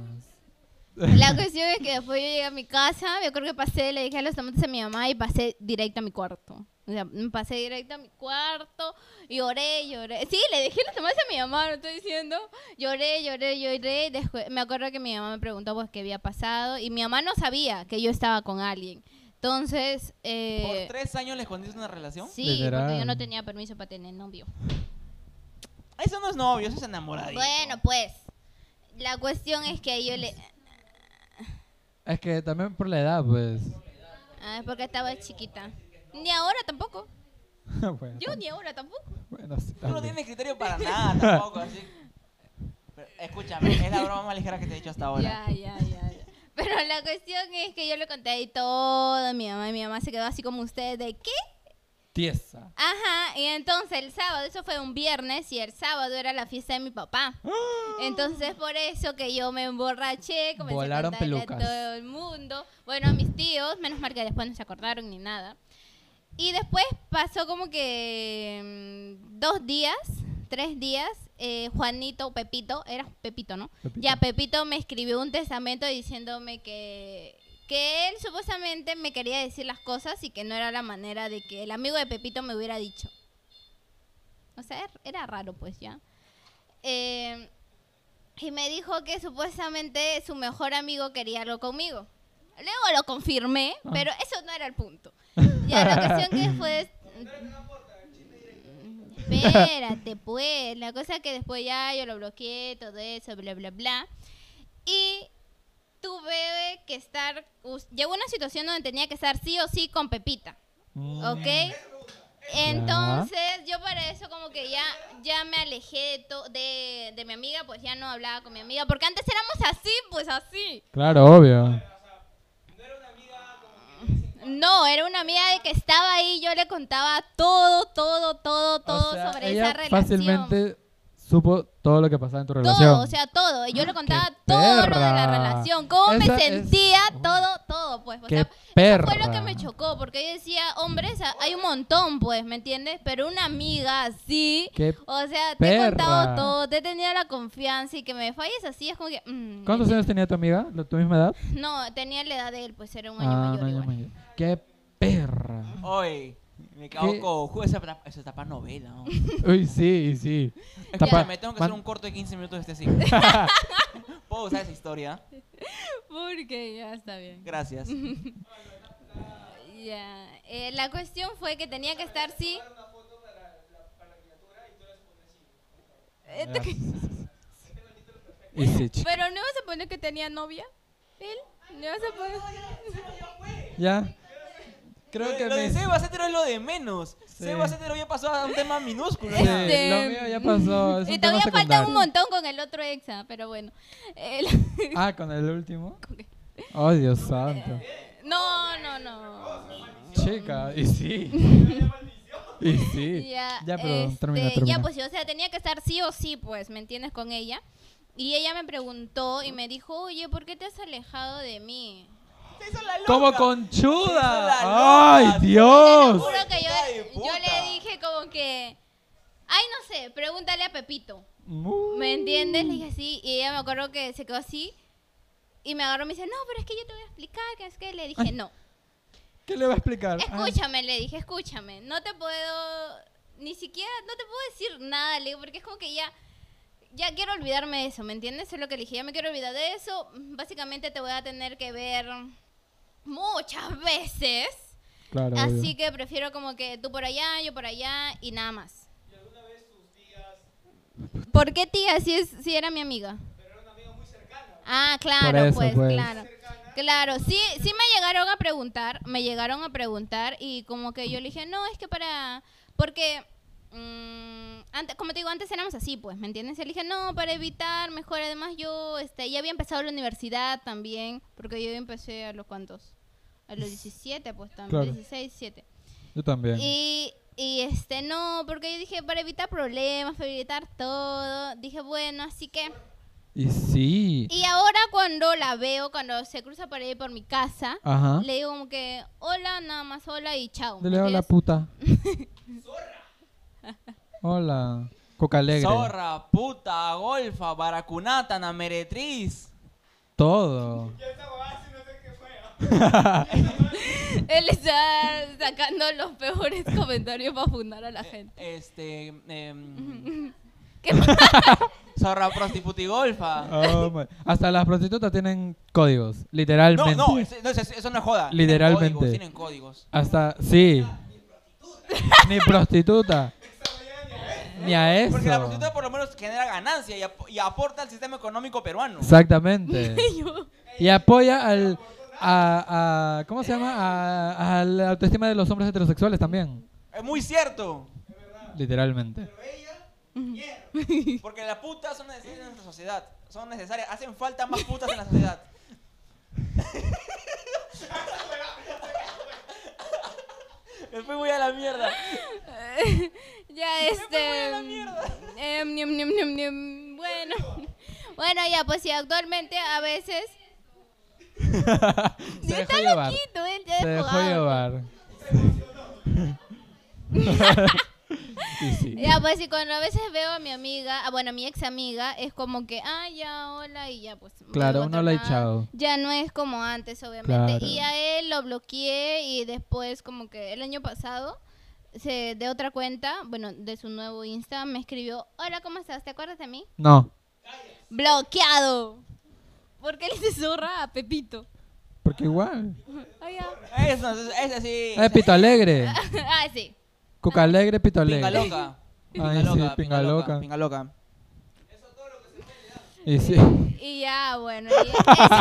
La cuestión es que después yo llegué a mi casa, yo creo que pasé, le dije los tomates a mi mamá y pasé directo a mi cuarto. O sea, me pasé directo a mi cuarto, lloré, lloré. Sí, le dejé los tomates a mi mamá, no estoy diciendo. Lloré, lloré, lloré. y después- me acuerdo que mi mamá me preguntó pues qué había pasado y mi mamá no sabía que yo estaba con alguien. Entonces, eh,
¿Por tres años le escondiste una relación?
sí, porque yo
Literal.
no tenía permiso para tener novio.
Eso no es novio, eso es enamoradito.
Bueno, pues, la cuestión es que yo le...
Es que también por la edad, pues.
Ah, es porque estaba chiquita. Ni ahora tampoco.
bueno,
Yo ni ahora tampoco.
bueno, sí,
Tú no
también.
tienes criterio para nada tampoco, así. Pero, escúchame, es la broma más ligera que te he hecho hasta ahora.
Ya, ya, ya, ya. Pero la cuestión es que yo le conté ahí todo a mi mamá y mi mamá se quedó así como ustedes de qué.
Tiesa.
Ajá, y entonces el sábado, eso fue un viernes y el sábado era la fiesta de mi papá.
¡Ah!
Entonces por eso que yo me emborraché, comencé
Volaron
a contarle
pelucas.
a todo el mundo. Bueno, a mis tíos, menos mal que después no se acordaron ni nada. Y después pasó como que mm, dos días, tres días, eh, Juanito, Pepito, era Pepito, ¿no?
Pepito.
Ya Pepito me escribió un testamento diciéndome que, que él supuestamente me quería decir las cosas y que no era la manera de que el amigo de Pepito me hubiera dicho. O sea, er- era raro pues ya. Eh, y me dijo que supuestamente su mejor amigo quería algo conmigo. Luego lo confirmé, pero eso no era el punto. Ya la cuestión que fue... mm, Espérate, pues. La cosa que después ya yo lo bloqueé, todo eso, bla, bla, bla. Y tuve que estar... us- Llegó una situación donde tenía que estar sí o sí con Pepita.
Mm.
¿Ok? Entonces, yo para eso como que ya, ya me alejé de, to- de, de mi amiga, pues ya no hablaba con mi amiga, porque antes éramos así, pues así.
Claro, obvio.
No, era una amiga de que estaba ahí, yo le contaba todo, todo, todo, todo
O sea,
sobre
ella
esa relación.
Fácilmente supo todo lo que pasaba en tu relación. Ah,
Todo, o sea, todo. Yo le contaba
¡Qué
todo lo de
perra!
la relación, cómo
Esa
me
es-
sentía, todo, todo, pues. O
¡Qué
sea,
perra!
fue lo que me chocó, porque yo decía, hombres, a- hay un montón, pues, ¿me entiendes? Pero una amiga así,
¡Qué
o sea, te he
perra!
contado todo, te he tenido la confianza y que me falles así, es como que... mm,
¿Cuántos años tenía tu amiga? ¿Lo- ¿Tu misma edad?
No, tenía la edad de él, pues era un año
Ah,
mayor
un año
igual.
mayor. ¡Qué perra!
Oye, me
¿Qué?
cago con Ju, esa tapa, esa tapa novela. ¿no?
Uy, sí, sí.
Escúchame,
Tapa-
tengo que
man-
hacer un corto de 15 minutos de este así. ¿Puedo usar esa historia?
Porque ya está bien.
Gracias.
Ya, eh, la cuestión fue que tenía que estar, sí. Eh, te-
Y Sitch.
Pero no ibas a poner que tenía novia. Él. No ibas a poner.
Ya. Creo que
lo
me...
de Seba Cetero es lo de menos.
Sí.
Seba Cetero ya pasó a un tema minúsculo.
Sí,
ya.
Este-
lo mío ya pasó. es
Y
un tema
todavía falta
secundario.
un montón con el otro exa, pero bueno. El-
Ah, con el último. Oh, Dios santo.
No, no, no.
Chica, y sí. Y sí.
Ya,
Ya, pero
este,
termina,
Ya,
termina.
pues, yo, o sea, tenía que estar sí o sí, pues, ¿me entiendes? Con ella. Y ella me preguntó y me dijo, oye, ¿por qué te has alejado de mí?
Se hizo la loca.
¡Como
Se hizo la
conchuda!
loca. pues.
¡Ay,
Te lo
Dios!
juro que
hija de
yo, yo
puta.
le dije como que... Ay, no sé, pregúntale a Pepito.
Mu-
¿Me entiendes? Le dije así. Y ella me acuerdo que se quedó así. Y me agarró y me dice, no, pero es que yo te voy a explicar. Que es que le dije,
Ay.
no.
¿Qué le va a explicar? Ah,
Escúchame, le dije, escúchame. No te puedo, ni siquiera, no te puedo decir nada, le digo, porque es como que ya, ya quiero olvidarme de eso, ¿me entiendes? Es lo que le dije, ya me quiero olvidar de eso. Básicamente te voy a tener que ver muchas veces.
Ah, claro,
Así
obvio.
que prefiero como que tú por allá, yo por allá y nada más. ¿Por qué tía si, es, si era mi amiga? Ah, claro,
Por eso,
pues,
pues.
claro. Claro, sí, sí me llegaron a preguntar, me llegaron a preguntar y como que yo le dije, no, es que para, porque, mm, antes, como te digo, antes éramos así, pues, ¿me entiendes? Y le dije, no, para evitar, mejor, además yo, este, ya había empezado la universidad también, porque yo empecé a los cuantos, a los 17, pues, también,
Claro.
16, 17.
Yo también.
Y, y este, no, porque yo dije, para evitar problemas, para evitar todo, dije, bueno, así que...
Y sí.
Y ahora cuando la veo, cuando se cruza por ahí por mi casa,
Ajá.
le digo como que, hola, nada más, hola y chao.
Dile hola,
¿entiendes?
puta. Hola. Coca alegre.
Zorra, puta, golfa, baracunata, nameretriz.
Todo.
Él está sacando los peores comentarios para fundar
Eh,
a la gente.
Este. em,
¿Qué más?
zorra, prostitutigolfa.
Oh, my- Hasta las prostitutas tienen códigos, literalmente.
No, no, ese- no, ese- eso no es joda. Tienen
Literalmente.
códigos, Tienen códigos.
Hasta, sí. Ni prostituta. Ni a eso.
Porque la prostituta por lo menos genera ganancia y, ap- y aporta al sistema económico peruano.
Exactamente.
Yo-
Y apoya al. A, a- ¿Cómo se llama? A, a la autoestima de los hombres heterosexuales también.
Es muy cierto.
Literalmente.
Porque las putas son necesarias en nuestra sociedad. Son necesarias. Hacen falta más putas en la sociedad. Después voy a la mierda.
ya este em, ñem, ñem, ñem, ñem. bueno bueno ya pues sí actualmente a veces
Se dejó
está
llevar.
loquito él ya ah,
Se dejó
jugado.
llevar. Y sí.
Ya, pues, y cuando a veces veo a mi amiga, ah, bueno, a mi ex amiga, es como que, ah, ya, hola, y ya, pues. me
Claro,
digo
un
otro
hola y
lado.
chao.
Ya no es como antes, obviamente.
Claro.
Y a él lo bloqueé y después, como que el año pasado, se, de otra cuenta, bueno, de su nuevo Insta, me escribió, hola, ¿cómo estás? ¿Te acuerdas de mí?
No,
¡Bloqueado! ¿Por qué le dices zorra a Pepito?
porque igual.
Ah, ya.
Eso, eso, eso sí.
Eh, pito alegre.
ah, sí.
Coca alegre, pito
Pinga
alegre.
loca.
Ay, sí, pinga loca.
Pinga loca.
Y sí.
Y ya, bueno. y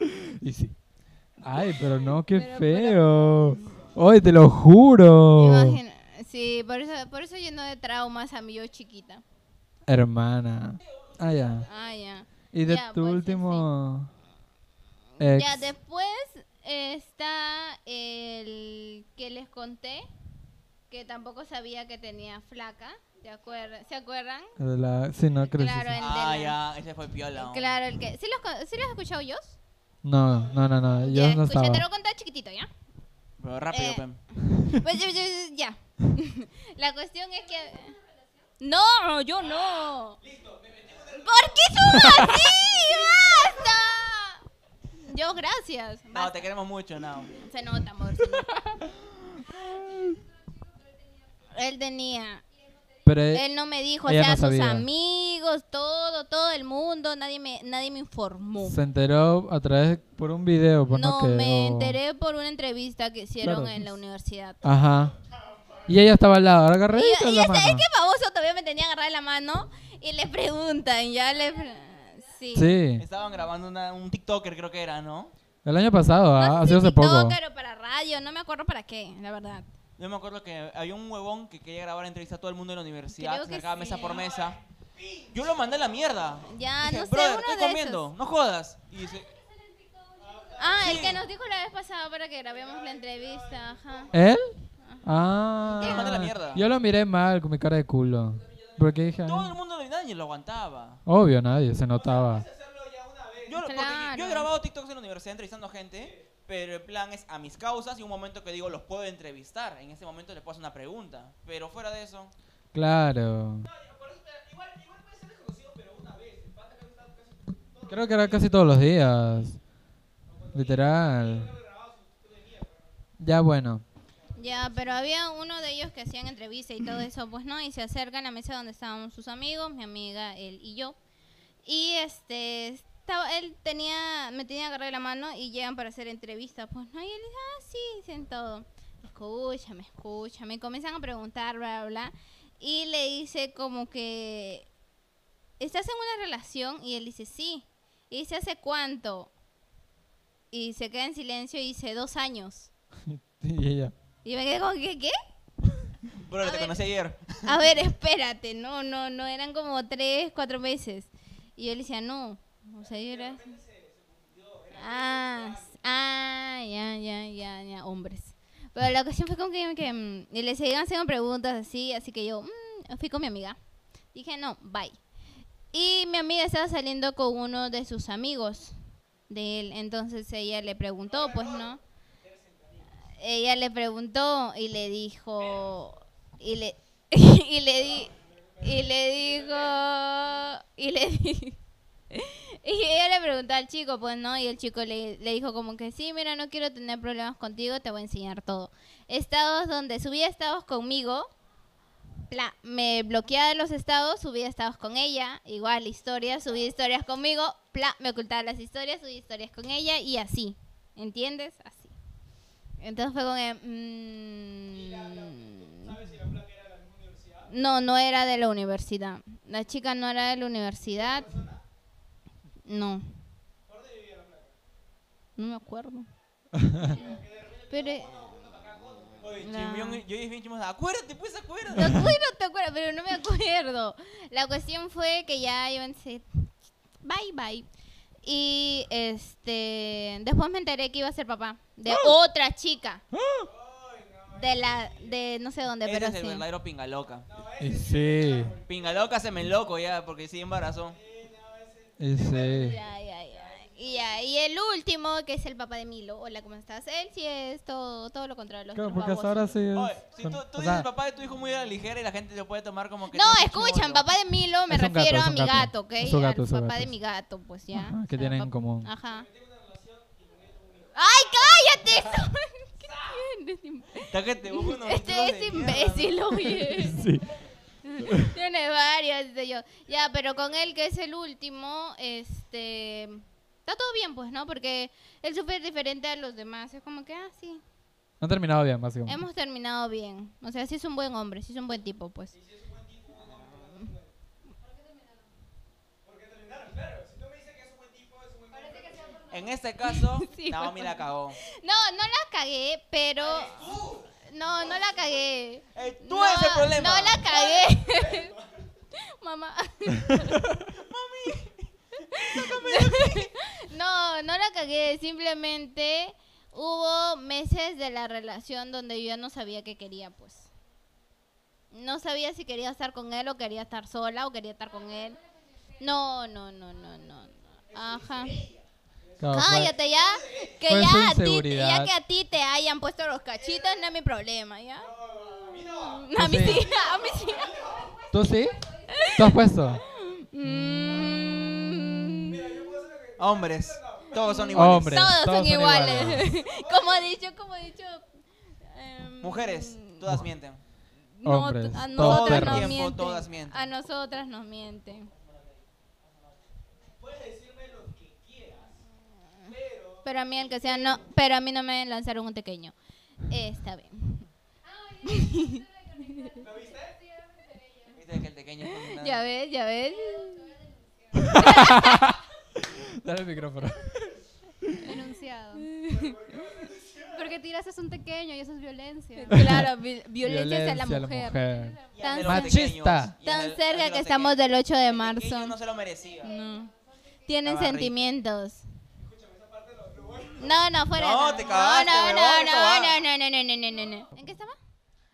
ya-
Y sí. Ay, pero no, qué
Pero
feo. Ay, te lo juro.
Imagina- Sí, por eso, por eso lleno de traumas a mí yo chiquita.
Hermana. Ah, ya.
Ah, ya.
Y de
Ya,
tu
pues, sí,
último. Ex.
Ya después está el que les conté, que que tampoco sabía que tenía flaca. ¿te acuer- ¿Se acuerdan?
De la- sí, no, creo que sí,
Claro, eh.
sí.
el-
Ah, ya, ese fue piola. ¿no?
Claro, el que. ¿Sí los, con- ¿sí los has escuchado yo?
No, no, no, no, Ah, yo
ya,
no
escucha,
estaba.
te lo he contado chiquitito, ¿ya?
Pero rápido,
Eh.
pem.
Pues yo- yo- yo- ya. La cuestión es que. No, yo no. ¿Por qué son así? ¡Basta! Yo, gracias.
No,
Basta.
te queremos mucho, no.
Se nota, amor. se nota. Él tenía.
Pero eh,
Él no me dijo, o
ella
sea,
no
sus
sabía.
amigos, todo, todo el mundo, nadie me, nadie me informó.
se enteró a través por un video, pues no,
No,
que-
me
o-
enteré por una entrevista que hicieron
Claro,
en la
pues.
universidad.
Ajá. Y ella estaba al lado, ahora agarré
Y yo,
en
y
Ah, la
yo, ¿sabes
mano.
qué baboso? Todavía me tenía agarrada la mano y le preguntan, ya le... pre- Sí.
Sí,
Estaban grabando una- un TikToker, creo que era, ¿no?
el año pasado,
No
ah,
sé
ha
si
sido hace poco.
TikToker o para radio, no me acuerdo para qué, la verdad.
Yo me acuerdo que había un huevón que quería grabar entrevista a todo el mundo en la universidad,
Creo
se
que
acercaba
sí.
mesa por mesa. Yo lo mandé a la mierda.
Ya,
Dije,
Ah, no sé,
brother,
uno
estoy
de
comiendo,
esos".
no jodas. Y dice,
Ah, el
Sí.
que nos dijo la vez pasada para que grabemos la entrevista, ajá.
¿Él? Ah.
Yo lo mandé a la mierda.
Yo lo miré mal con mi cara de culo. Porque dije, "Ah,
todo el mundo, nadie lo aguantaba.
obvio, nadie se notaba.
Yo, porque
Claro.
yo he grabado TikToks en la universidad entrevistando gente, pero el plan es a mis causas y un momento que digo los puedo entrevistar. En ese momento les puedo hacer una pregunta. Pero fuera de eso,
Claro. Creo que era casi todos los días. Literal. Ya bueno.
Ya, pero había uno de ellos que hacían entrevista y todo eso, pues no, y se acerca a la mesa donde estábamos sus amigos, mi amiga, él y yo. Y este, estaba, él tenía, me tenía agarrada la mano y llegan para hacer entrevista, pues no, y él dice, ah, sí, dicen todo. Escúchame, escúchame, y comienzan a preguntar, bla, bla, bla. Y le dice como que, ¿estás en una relación? Y él dice, sí. Y dice, ¿hace cuánto? Y se queda en silencio y dice, dos años.
Y ella.
Y me quedé como, que ¿Qué?
bro,
A
te
ver.
conocí ayer.
A ver, espérate, no, no, no, eran como tres, cuatro meses. Y yo le decía, no, o sea, yo era... Ah, s- ah, ya, ya, ya, ya, hombres. Pero la cuestión fue como que, que, mm, y le seguían haciendo preguntas así, así que yo mm, fui con mi amiga. Dije, no, bye. Y mi amiga estaba saliendo con uno de sus amigos de él, entonces ella le preguntó, pues no. Ella le preguntó y le dijo, y le, y le di, y le dijo, y le di, y ella le preguntó al chico, pues no, y el chico le, le dijo como que sí, mira, no quiero tener problemas contigo, te voy a enseñar todo. Estados donde subía estados conmigo, pla- me bloqueaba de los estados, subía estados con ella, igual historias, subía historias conmigo, pla, me ocultaba las historias, subía historias con ella y así, ¿entiendes? Así. Entonces fue con el, mm, no, no era de la universidad. La chica no era de la universidad. No. No me acuerdo. Pero eh,
Oye,
No.
chimbión, yo dije bien chimosa, acuérdate, pues
te
acuérdate.
acuerdo, te acuerdo, pero no me acuerdo. La cuestión fue que ya iban a ser bye bye. Y este después me enteré que iba a ser papá de
¡Ah!
otra chica. De la de no sé dónde,
Ese
pero
es el
sí.
verdadero pingaloca.
Y sí.
Pingaloca se me loco ya, porque sí embarazó.
Y sí.
Ya, ya, ya. Y, ya, y el último, que es el papá de Milo. Hola, ¿cómo estás? Él sí es todo, todo lo contrario. de Los
Claro,
otros
porque hasta ahora
babosos.
sí es.
Oye, si tú,
son-
tú
o
dices
sea,
papá de tu hijo muy a la ligera y la gente lo puede tomar como que...
No,
tú eres
escuchan,
chibolo.
papá de Milo, me
Es un gato,
refiero
es
a
un
mi
gato.
gato, ¿ok?
Es un gato,
Al
es un
papá
gato,
de
es-
mi gato, pues ya.
Ajá, que
O sea,
tienen en
pap-
común.
Ajá. ¡Ay, cállate! ¿Qué tienes?
Tácate uno, tú
Este
eres de
es
mierda,
imbécil, oye.
Sí.
Tiene varias, dice yo. Ya, pero con él, que es el último, este. Está todo bien, pues, ¿no? Porque él es súper diferente a los demás. Es como que, ah, sí.
Han terminado bien, básicamente.
Hemos terminado bien. O sea, sí es un buen hombre, sí es un buen tipo, pues.
¿no? En este caso,
Sí,
Naomi la cagó.
No, no la cagué, pero. No, no la cagué.
Eh, tú
no,
eres el problema.
No la cagué. Mamá. Mami. no, no la cagué. Simplemente hubo meses de la relación donde yo ya no sabía qué quería, pues. no sabía si quería estar con él o quería estar sola o quería estar con él. No, no, no, no, no. no. Ajá.
Claro, pues, fue-
Cállate ya. Que
fue su
ya, a ti,
inseguridad.
ya que a ti te hayan puesto los cachitos no es mi problema, ¿ya? A
Pues
mí
sí.
sí, a mí sí.
¿Tú sí? ¿Tú has puesto?
Mm.
Hombres, todos son iguales.
Hombres.
todos,
todos
son
son
iguales. como he dicho, como he dicho. em,
Mujeres, todas mienten.
no,
Hombres,
a
todos
nosotras
perros.
nos
Tiempo,
mienten.
todas mienten.
A nosotras nos mienten. Pero a mí aunque sea no, pero a mí no me lanzaron un pequeño. Está bien.
Viste que el pequeño es condenado.
Ya ves, ya ves.
Dale el micrófono.
Denunciado. Porque tiraste un pequeño y eso es violencia.
Claro, vi- violencia, hacia la
Violencia a la
mujer.
mujer.
Y el de los
Tan,
Machista.
pequeños, y el
tan
de- el de los
cerca que
pequeños.
estamos del 8 de
El
marzo.
pequeño no se lo merecía.
No. Tienen
Estaba rico.
sentimientos. No, no, fuera.
No,
no,
te cagaste,
no, no,
huevón,
no,
eso va.
no, no, no, no, no, no, no. ¿En qué estaba?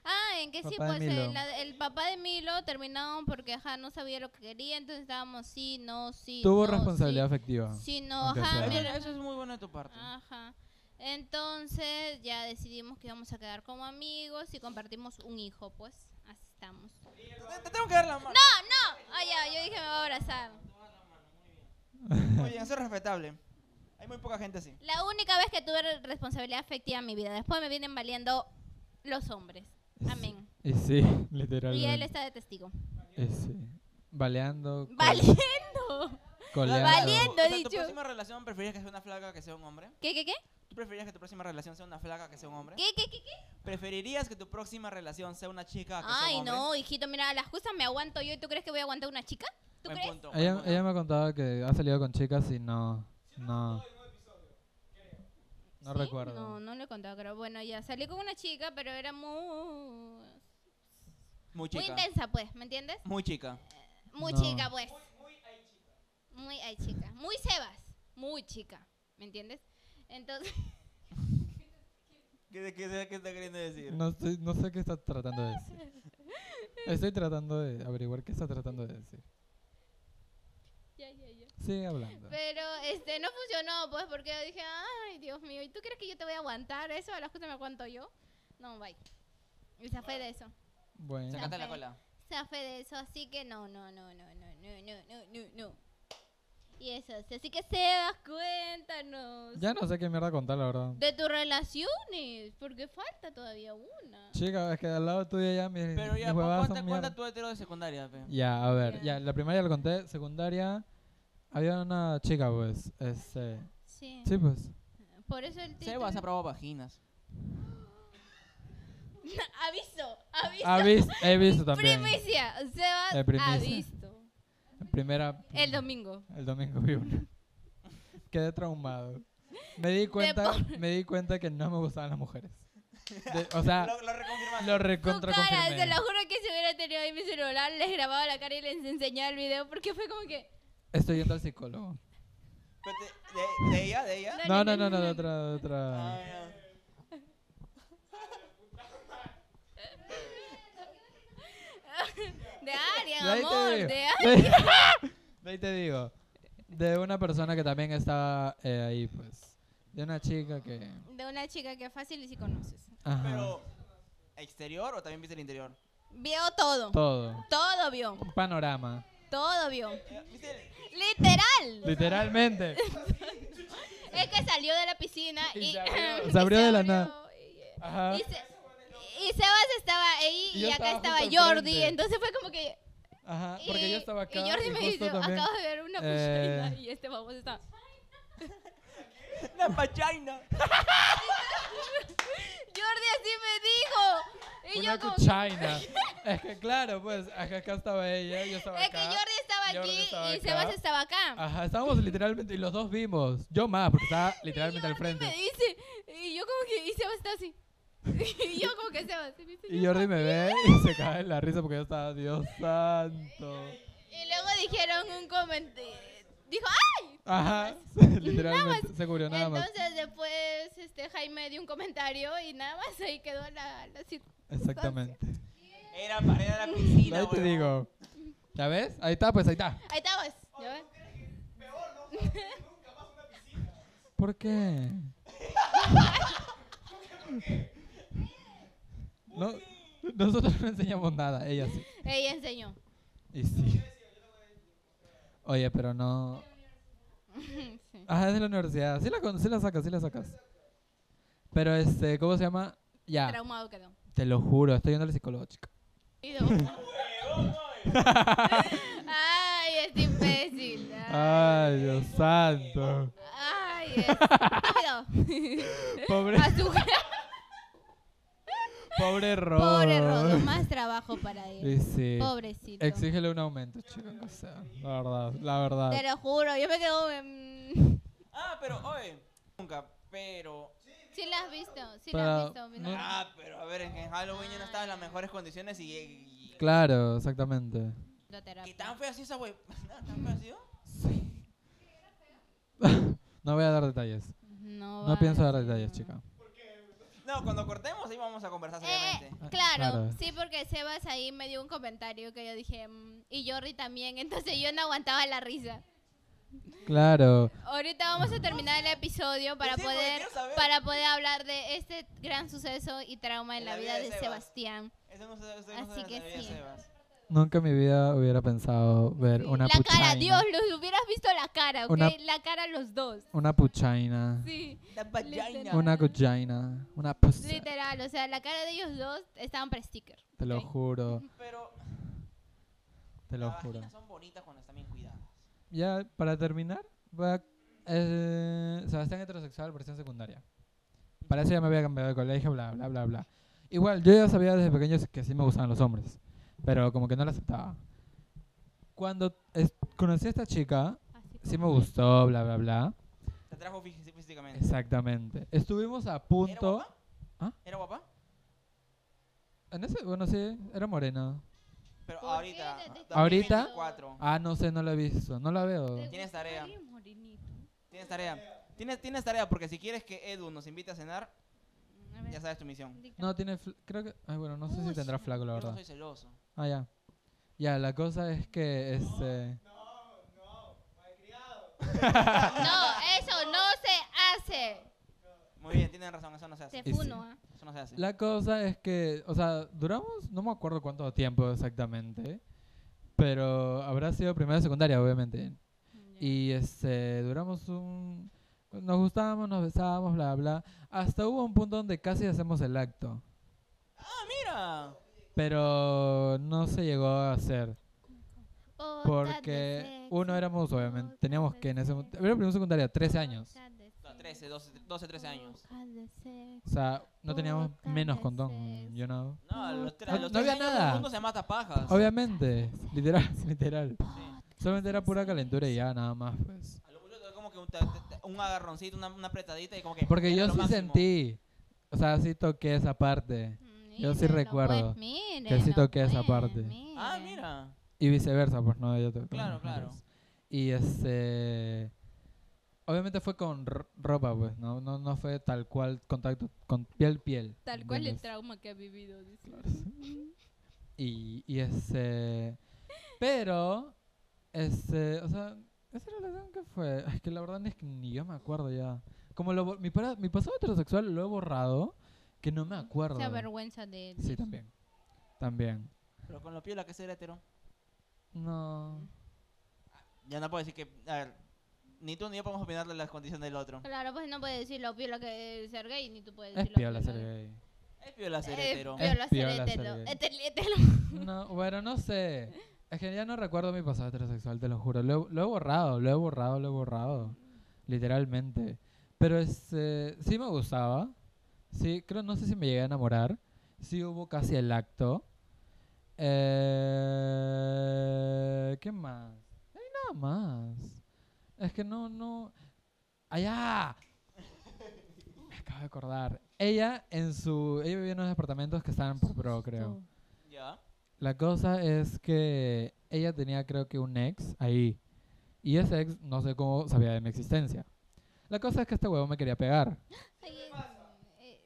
Ah, en que sí,
Papá de
pues eh,
Milo.
la- el papá de Milo terminaron porque ajá, no sabía lo que quería, entonces estábamos sí, no, sí.
Tuvo
no,
responsabilidad
sí.
afectiva.
Sí, no,
Aunque
ajá.
sea.
mi
Eso,
hermano-
eso es muy bueno de tu parte.
Ajá. Entonces ya decidimos que íbamos a quedar como amigos y compartimos un hijo, pues así estamos.
Te, te tengo que dar la mano.
Ah, ah, ya, yo dije me va a abrazar.
Muy bien, eso es respetable. Hay muy poca gente así.
La única vez que tuve re- responsabilidad afectiva en mi vida. Después me vienen valiendo los hombres. Amén.
Y sí,
Y él
literalmente.
está de testigo.
Y sí. Baleando. col-
Valiendo.
coleando.
Valiendo.
O sea,
dicho.
¿Tu próxima relación preferirías que sea una flaca que sea un hombre?
¿Qué, qué, qué?
¿Tú preferirías que tu próxima relación sea una flaca que sea un hombre?
¿Qué, qué, qué, qué?
¿Preferirías que tu próxima relación sea una chica Ah, que sea
Ay,
un hombre?
no, hijito, mira, las cosas me aguanto yo y tú crees que voy a aguantar una chica? ¿Tú
Buen
crees?
punto, buen
Ella,
punto.
ella me ha contado que ha salido con chicas y no. No. No
¿Sí?
recuerdo.
No, no le he contado, pero bueno, ya salí con una chica, pero era muy...
Muy chica.
Muy intensa, pues, ¿me entiendes?
Muy chica.
Muy
No.
chica, pues. Muy ay chica. Muy Sebas. Muy chica, ¿me entiendes? Entonces...
¿Qué, qué, qué está queriendo decir?
No, estoy- no sé qué está tratando de decir. Estoy tratando de averiguar qué está tratando de decir.
Ya, ya, ya.
Sigue hablando.
Pero este no funcionó, pues, porque yo dije, ay, Dios mío, ¿y tú crees que yo te voy a aguantar eso? ¿A las cosas me aguanto yo? No, bye. Y se fue de eso.
Bueno.
Sacate la cola.
Se fue de eso, así que no, no, no, no, no, no, no, no, no, no. Y eso, así que Sebas, cuéntanos.
Ya no sé qué mierda contar, la verdad.
De tus relaciones, porque falta todavía una.
Chica, es que al lado tuyo ya mis,
Pero ya,
mis
pon-
huevadas
cuenta,
son
cuenta
mierda.
tu hetero de secundaria, pe.
Ya, a ver.
Ya.
Ya, la primaria lo conté. Secundaria. Había una chica, pues. Este.
Sí.
Sí, pues.
Por eso el título.
Sebas ha probado vaginas.
aviso, aviso.
Ha Ah, vis- he visto también.
Primicia, Sebas
De primicia.
ha visto.
Primera.
El domingo.
El domingo vi una. Quedé traumado. Me di cuenta, me di cuenta que no me gustaban las mujeres. De- o sea,
lo, lo reconfirmaste.
lo
Tu
recontra
cara,
confirmé.
se lo juro que si hubiera tenido ahí mi celular, les grababa la cara y les enseñaba el video porque fue como que.
Estoy yendo al psicólogo.
Pero te- de, de ella? ¿De ella?
No, no, no, no, de otra, de otra.
Ah, ya.
De Arian,
De ahí te
amor,
digo.
de ah. Arian.
De ahí te digo. De una persona que también estaba eh, ahí, pues. De una chica que.
De una chica que fácil y si conoces.
Ajá.
Pero, ¿exterior o también viste el interior?
Vio todo.
Todo.
Todo vio.
Un panorama.
Todo vio.
Eh, ¿Viste el-
Literal.
Literalmente.
Es que salió de la piscina
Y
y.
se abrió.
y
Se abrió de la
abrió
nada.
y-
Ajá.
Y, se- y Sebas estaba ahí
Y
y,
yo
acá
estaba
estaba
justo
Jordi.
enfrente.
Entonces fue como que.
Ajá.
Y,
Porque yo estaba acá.
y Jordi me
justo
dijo:
también-
Acabo de ver una
eh,
puchina y este baboso estaba.
¡La vagina!
Jordi así me dijo. Y
una
yo como
cuchaina. es que claro, pues acá, acá estaba ella, yo estaba
Es que
acá.
Jordi estaba
Jordi
aquí
estaba
y
acá. Ah,
Sebas estaba acá.
Ajá, estábamos literalmente, y los dos vimos. Yo más, porque estaba literalmente al
Y me
frente.
dice, y yo como que, y Sebas está así. Y yo como que Sebas. Y, me dice,
Y
yo-
Jordi me ve y se cae en la risa porque yo estaba, Dios santo.
y luego dijeron un comentario. Dijo, ¡ay!
Ajá, literalmente, se cubrió nada más.
Entonces después
pues,
este Jaime dio un comentario y nada más ahí quedó la, la situación.
Exactamente.
Era pared a la piscina,
Ahí te
huevón.
digo. ¿Ya ves? Ahí está, pues ahí está.
Ahí está, pues. ¿Ya ves?
¿Por qué? No, nosotros no enseñamos nada, ella sí.
Ella enseñó.
Y sí. Oye, pero no.
Sí.
Ah, es de la universidad. Sí la, con- sí la sacas, sí la sacas. Pero este, ¿cómo se llama? Ya,
Traumado quedó.
te lo juro, estoy yendo al psicólogo, chica.
Y dos. Ay, este imbécil. Ay,
Ay, Dios santo.
Ay, estúpido.
Pobre,
A su
pobre Rodo.
pobre Rodo, más trabajo para él.
Y sí.
Pobrecito.
Exígele un aumento, chicos. O sea, la verdad, la verdad.
Te lo juro, yo me quedo. em,
Ah, pero, oye. Nunca, pero.
Sí la has visto, sí
Pero,
la has visto. mi
no-
amor.
Ah, pero a ver, en en Halloween yo no estaba en las mejores condiciones y. y-
Claro, exactamente.
La terapia.
¿Qué tan fea ha sido esa wey? ¿Tan fea ha sido?
No voy a dar detalles.
No,
No
vale,
pienso dar
sí,
detalles,
no.
chica.
No, cuando cortemos ahí vamos a conversar
Eh,
seriamente.
Ah,
claro,
claro.
sí, porque Sebas ahí me dio un comentario que yo dije, mm, y Jordi también, entonces yo no aguantaba la risa.
Claro.
Ahorita vamos a terminar el episodio para
Pues Sí, porque
poder,
quiero saber.
para poder hablar de este gran suceso y trauma en la, vida, de
Sebas.
Sebastián.
Eso no se, eso no
Así
se
que
sabía,
sí.
Sebas.
Nunca en mi vida hubiera pensado ver una
la cara,
puchaina.
Dios, los hubieras visto la cara, ¿ok?
Una-
La cara los dos.
Una puchaina.
Sí,
La
vagina.
Una cuchaina. Una pussy.
literal, o sea, la cara de ellos dos estaban para sticker.
Te lo
ok.
juro.
Pero
Te lo
las
juro.
vaginas son bonitas cuando están bien cuidadas.
Ya, para terminar, va eh, Sebastián heterosexual, versión secundaria. Para eso ya me había cambiado de colegio, bla, bla, bla, bla. Igual, yo ya sabía desde pequeño que sí me gustaban los hombres, pero como que no lo aceptaba. Cuando es- conocí a esta chica,
Así
sí me
como-
gustó, bla, bla, bla.
Te atrajo fí- físicamente.
Exactamente. Estuvimos a
¿Era
punto...
guapa?
¿Ah?
¿Era guapa?
En ese, bueno, sí, era morena.
Pero
¿Por qué
ahorita.
te- te-
2024.
Ah, no sé, no la he visto, no la veo.
¿Te
Tienes
gusta
tarea.
alguien morenito?
Tienes tarea. Tienes, tienes tarea porque si quieres que Edu nos invite a cenar,
A ver,
ya sabes tu misión.
dicta.
No, tiene... fl- Creo que... Ay, bueno, no sé
Uy,
si tendrá
sí.
flaco,
Yo no
la verdad.
soy celoso.
Ah, ya. Ya, la cosa es que este.
No, eso no se hace.
Muy bien, tienen razón, eso no se hace.
Se funo, ¿ah?
Eso no se hace.
La cosa es que, o sea, duramos, no me acuerdo cuánto tiempo exactamente, pero habrá sido primera y secundaria, obviamente. Y este, duramos un. Nos gustábamos, nos besábamos, bla, bla. Hasta hubo un punto donde casi hacemos el acto,
¡Ah, mira!
pero no se llegó a hacer.
Botas de
Porque
sexo,
uno éramos, obviamente,
botas
teníamos
de
que en ese. mo-
sexo,
Era primera y secundaria, 13 años.
botas de
No,
sexo,
13, 12, 12 13 años.
botas de sexo.
O sea, no teníamos
Puta
menos
que
condón,
seas.
you know.
No, a los, tre- a
No-
los
no
13
había
años todo
nada.
el mundo se mata pajas.
Obviamente, literal, literal. Solamente era pura calentura y ya, nada más, pues.
A lo mucho te doy como que un, te- te- te- un agarroncito, una, una apretadita y como que.
Porque
era
yo
lo
sí
máximo.
sentí, o sea, sí toqué esa parte. Yo sí
Mírenlo,
recuerdo
pues, mírenlo,
que sí toqué esa
pues,
parte.
miren.
Ah, mira.
Y viceversa, pues no, yo toqué.
Claro,
las
claro.
mujeres. Y este... Obviamente fue con ro- ropa, pues, ¿no? No, no fue tal cual contacto con piel-piel.
Tal cual el
¿entiendes?
trauma que ha vivido. dice.
Y, y este. Pero. Este. O sea, ¿esa relación que fue? Es que la verdad es que ni yo me acuerdo ya. Como lo, bo- mi, para- mi pasado heterosexual lo he borrado, que no me acuerdo.
Se avergüenza de él.
Sí, también. También.
Pero con lo piola que ser hetero.
No.
Ya no puedo decir que. A ver, ni tú ni yo podemos opinar de las condiciones del otro.
Claro, pues no puede decir lo piola que es ser gay, ni tú puedes
Es
decir lo
piola
piola
ser
que-
gay.
Es piola ser
Eh,
hetero.
piola
Es
ser
piola ser
hetero,
gay.
hetel- hetelo.
No, bueno, no sé. Es que ya no recuerdo mi pasado heterosexual, te lo juro. Lo, he- lo he borrado, lo he borrado, lo he borrado. Literalmente. Pero este, sí me gustaba. Sí, creo, no sé si me llegué a enamorar. Sí hubo casi el acto. Eh, ¿Qué más? No hay nada más. Es que no, no. ¡Allá! Me acabo de acordar. Ella en su. Ella vivía en unos departamentos que estaban por pro, creo.
Ya.
La cosa es que ella tenía creo que un ex ahí. Y ese ex no sé cómo sabía de mi existencia. La cosa es que este huevo me quería pegar.
Ay, eh,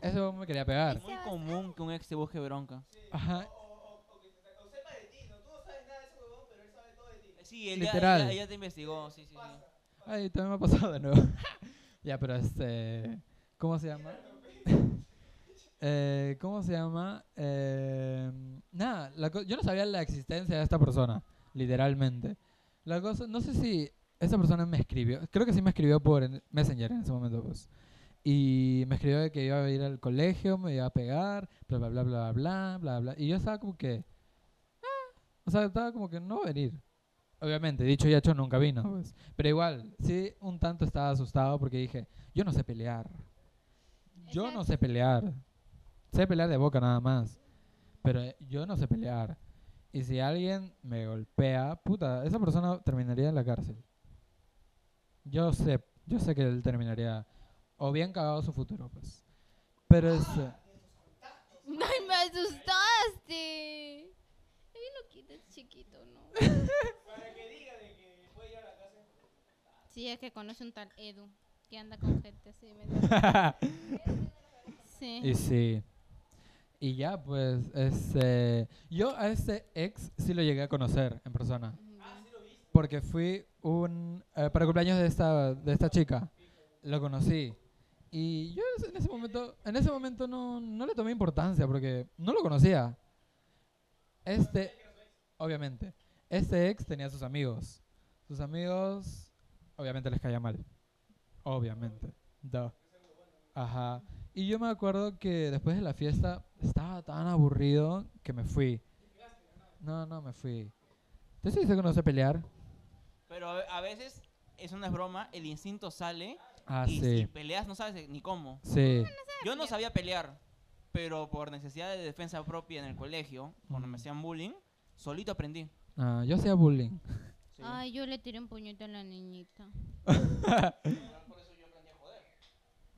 Eso me quería
Es
pegar.
muy común que un ex te busque bronca.
Ajá.
Sí, él ya-
Literal.
Ella, ella te investigó, sí, sí, sí.
Ay, también me ha pasado de nuevo. ya, pero este. ¿Cómo se llama? Eh, ¿Cómo se llama? Eh, nada, la co- yo no sabía la existencia de esta persona, literalmente. La cosa, no sé si esa persona me escribió, creo que sí me escribió por en- Messenger en ese momento, pues. Y me escribió de que iba a ir al colegio, me iba a pegar, bla, bla, bla, bla, bla, bla, bla. Y yo estaba como que... "Ah", o sea, estaba como que no va a venir. Obviamente, dicho y hecho, nunca vino, pues. Pero igual, sí, un tanto estaba asustado porque dije, yo no sé pelear. Yo no sé pelear. Sé pelear de boca nada más. Pero eh, yo no sé pelear. Y si alguien me golpea, puta, esa persona terminaría en la cárcel. Yo sé, yo sé que él terminaría o bien cagado su futuro, pues. Pero es... eh,
Ay, me asustaste. Ay, lo quitas chiquito, ¿no? Sí, es que conoce un tal Edu que anda con gente así. medio- Sí.
Y sí. Y ya, pues, este... Yo a este ex sí lo llegué a conocer en persona. Porque fui un... eh, para cumpleaños de esta, de esta chica. Lo conocí. Y yo en ese momento, en ese momento no, no le tomé importancia porque no lo conocía. Este, obviamente, este ex tenía sus amigos. Sus amigos, obviamente les caía mal. Obviamente. Duh. Ajá. Y yo me acuerdo que después de la fiesta estaba tan aburrido que me fui. No, no, me fui. ¿Te dice que no sé pelear?
Pero a, a veces, eso no es broma, el instinto sale
Ah,
y si
sí.
peleas no sabes ni cómo.
Sí.
Yo no sabía pelear, pero por necesidad de defensa propia en el colegio, cuando
Mm.
me hacían bullying, solito aprendí.
Ah, yo hacía bullying.
Sí.
Ay, yo le tiré un puñete a la niñita.
Por eso yo aprendí a joder.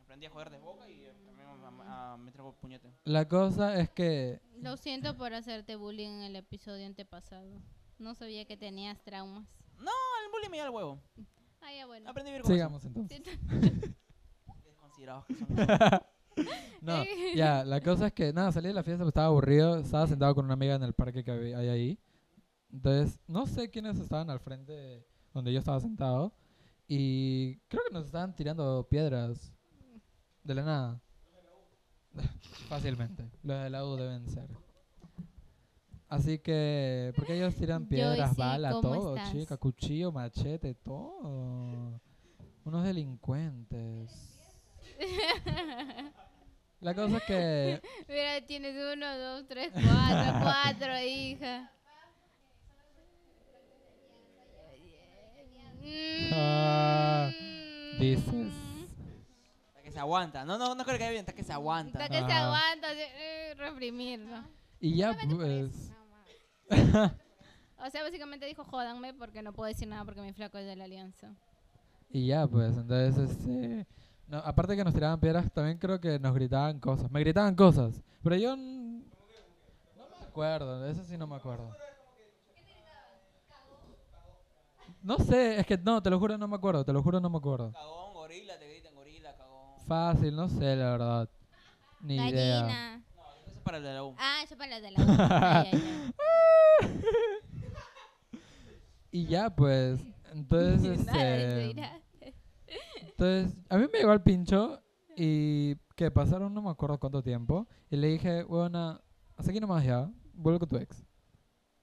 Aprendí a joder de boca y eh, también a, a meter con puñete.
La cosa es que
Lo siento por hacerte bullying en el episodio antepasado. No sabía que tenías traumas.
No, el bullying me dio el huevo.
Ay, ya bueno.
Aprendí a vivir con
sigamos entonces.
Sí,
eso. Desconsiderados que son.
No, ya, la cosa es que nada, salí de la fiesta, pues, estaba aburrido, estaba sentado con una amiga en el parque que había- hay ahí. Entonces, no sé quiénes estaban al frente de donde yo estaba sentado y creo que nos estaban tirando piedras de la nada. Fácilmente. Los de la U deben ser. Así que, porque ellos tiran
Joyce,
piedras, balas,
¿cómo
todo,
estás?
chica, cuchillo, machete, todo. Unos delincuentes. La cosa es que
Mira, tienes uno, dos, tres, cuatro, cuatro, hija.
Ah,
Mm.
dices.
Hasta que se aguanta. No, no, no creo que haya bien, hasta que se aguanta.
Hasta que se
Ajá.
aguanta, así, eh, reprimirlo.
Y ya pues.
O sea, básicamente dijo, jódanme porque no puedo decir nada porque mi flaco es de la alianza.
Y ya pues. Entonces, este. no, aparte que nos tiraban piedras, también creo que nos gritaban cosas. Me gritaban cosas. Pero yo. n- No me acuerdo. Eso sí no me acuerdo. No sé, es que no, te lo juro, no me acuerdo. Te lo juro, no me acuerdo.
Cagón, gorila, te gritan gorila, cagón.
Fácil, no sé, la verdad. Ni idea.
Gallina.
No, eso es para el de la U.
Ah, eso para la de la U. Ya, ya, ya.
Y ya pues. Entonces,
Nada,
este.
dice, mira.
Entonces, a mí me llegó al pincho y que pasaron no me acuerdo cuánto tiempo. Y le dije, bueno, hasta aquí nomás ya, vuelvo con tu ex.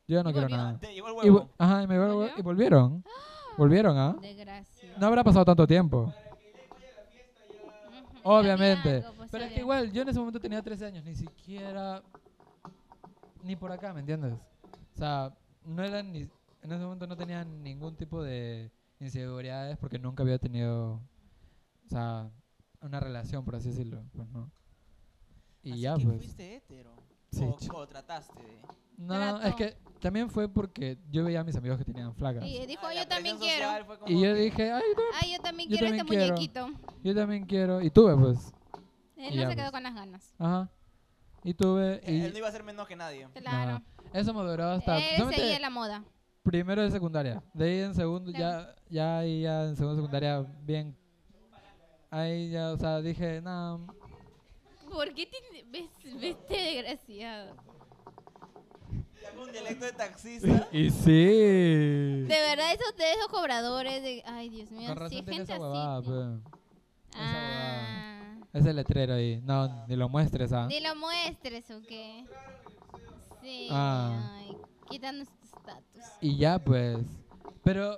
Yo ya no
Y
quiero
volvió.
nada.
Ah, Te llegó el
Y,
huevo.
vu- ajá, y me llegó el hue- y volvieron. Volvieron, ¿ah?
Desgracia.
No habrá pasado tanto tiempo.
Ujú.
Obviamente.
Había algo, pues,
Pero es
había
que igual, yo en ese momento tenía 13 años, ni siquiera... Ni por acá, ¿me entiendes? O sea, no era ni... En ese momento no tenía ningún tipo de inseguridades porque nunca había tenido... O sea, una relación, por así decirlo. Pues no. Y
Así
ya,
que
pues...
fuiste hétero.
Sí,
o,
ch-
o trataste de...
No,
Trato.
es que también fue porque yo veía a mis amigos que tenían flacas. Y,
Y dijo,
Ah, la
yo también
presión
quiero.
social fue como
yo
que-
dije, ay, no,
Ah, yo también
Yo
quiero
también
este
quiero.
muñequito.
yo también quiero. Y tuve, pues.
Él
Y
no
ya,
se quedó
pues.
con las ganas.
Ajá. Y tuve...
Eh,
Y,
Él no iba a ser menos que nadie.
Claro.
Ajá. Eso me duró hasta...
Él
solamente-
Eh, seguía la moda.
Primero de secundaria. De ahí en segundo,
Claro.
ya, ya ahí ya en segundo de secundaria, bien. Ahí ya, o sea, dije, nada,
¿Por qué tiene- ves, viste desgraciado?
Con un dialecto de taxista.
Y sí.
De verdad, esos de esos cobradores de... Ay, Dios mío,
Con
sí,
razón tiene
gente
esa
así.
huevada, pe.
ah,
Ese letrero ahí. No, ni lo muestres, ¿ah?
ni lo muestres, ¿o qué? Sí,
Ah.
ay, quítanos tu estatus.
Y ya, pues. Pero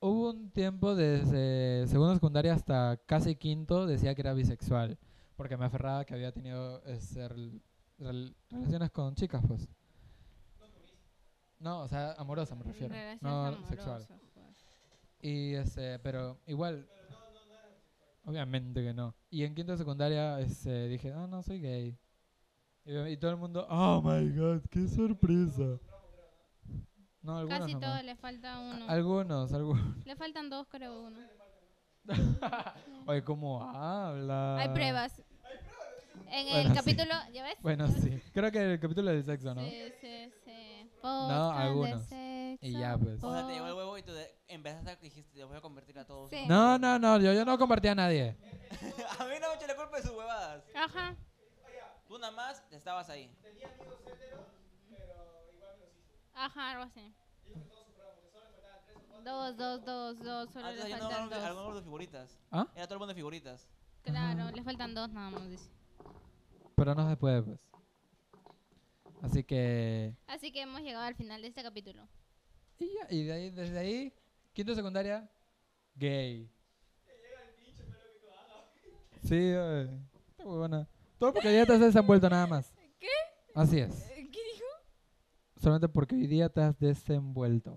hubo un tiempo desde segundo secundaria hasta casi quinto, decía que era bisexual. Porque me aferraba que había tenido este, rel- rel- relaciones con chicas, pues. No, o sea, amorosa me refiero.
Relaciones
No
amorosas,
sexual.
pues.
Y este, pero igual. Obviamente que no. Y en quinto de secundaria este, dije, ah, no, soy gay. Y, y todo el mundo, oh my god, qué sorpresa. No, algunos
Casi
nomás.
todos le falta
Ah,
uno.
Algunos, algunos.
Le faltan dos, creo, uno.
Oye, ¿cómo habla?
Hay pruebas. En
Bueno,
el
sí.
capítulo, ¿ya ves?
Bueno, sí. Creo que el capítulo del sexo, ¿no?
Sí, sí, sí. Podcast de
algunos.
sexo,
Y ya, pues.
O sea, te llegó el huevo y tú de- empezaste a dijiste, los voy a convertir a todos.
Sí.
No, no, no, yo, yo no compartí a nadie.
a mí no me eché la culpa de sus huevadas.
Ajá.
Tú nada más te estabas ahí.
Ajá, algo así. Dos, dos, dos, dos, solo
Ah,
le
entonces, yo
faltan
no, era
dos.
un grupo de figuritas.
¿Ah?
Era todo el mundo de figuritas.
Claro, le faltan dos nada más, dice.
Pero no se puede, pues. Así que.
Así que hemos llegado al final de este capítulo.
Y ya, y de ahí, desde ahí, quinto de secundaria, gay. Sí, oye. Está buena. Todo porque ya te has desenvuelto nada más.
¿Qué?
Así es.
¿Qué dijo?
Solamente porque hoy día te has desenvuelto.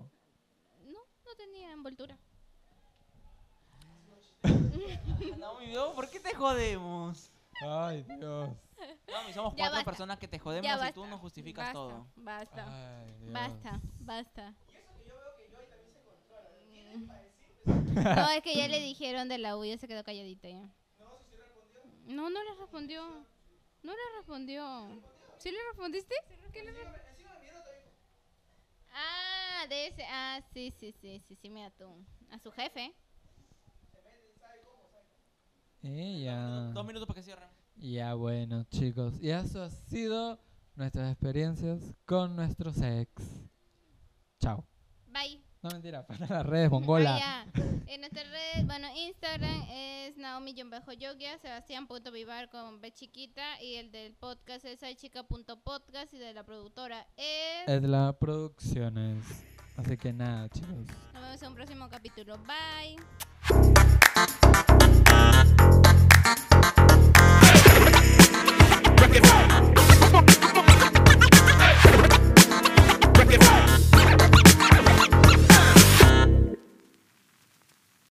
No, no tenía envoltura.
No, mi Dios, ¿por qué te jodemos?
Ay, Dios.
No, mi, somos
Ya
cuatro
basta.
personas que te jodemos
ya
y
basta.
tú nos justificas
basta,
todo.
Basta,
Ay, Dios.
basta, basta. Mm. No, es que ya le dijeron de la U, ya se quedó calladita ya. No, no le respondió. No le respondió. ¿Sí le respondiste? ¿Qué le re- Ah, de ese. Ah, sí, sí, sí, sí, sí, mira tú. A su jefe.
Ella.
Dos minutos para que cierren.
Ya bueno, chicos. Y eso ha sido nuestras experiencias con nuestro sex. Chao.
Bye.
No mentira, para las redes, mongola.
Ah, ya. En nuestras redes, bueno, Instagram es Naomi-Yogia, Sebastián.vivar con B chiquita y el del podcast es aychica.podcast y de la productora es...
Es la producciones. Así que nada, chicos.
Nos vemos en un próximo capítulo. Bye.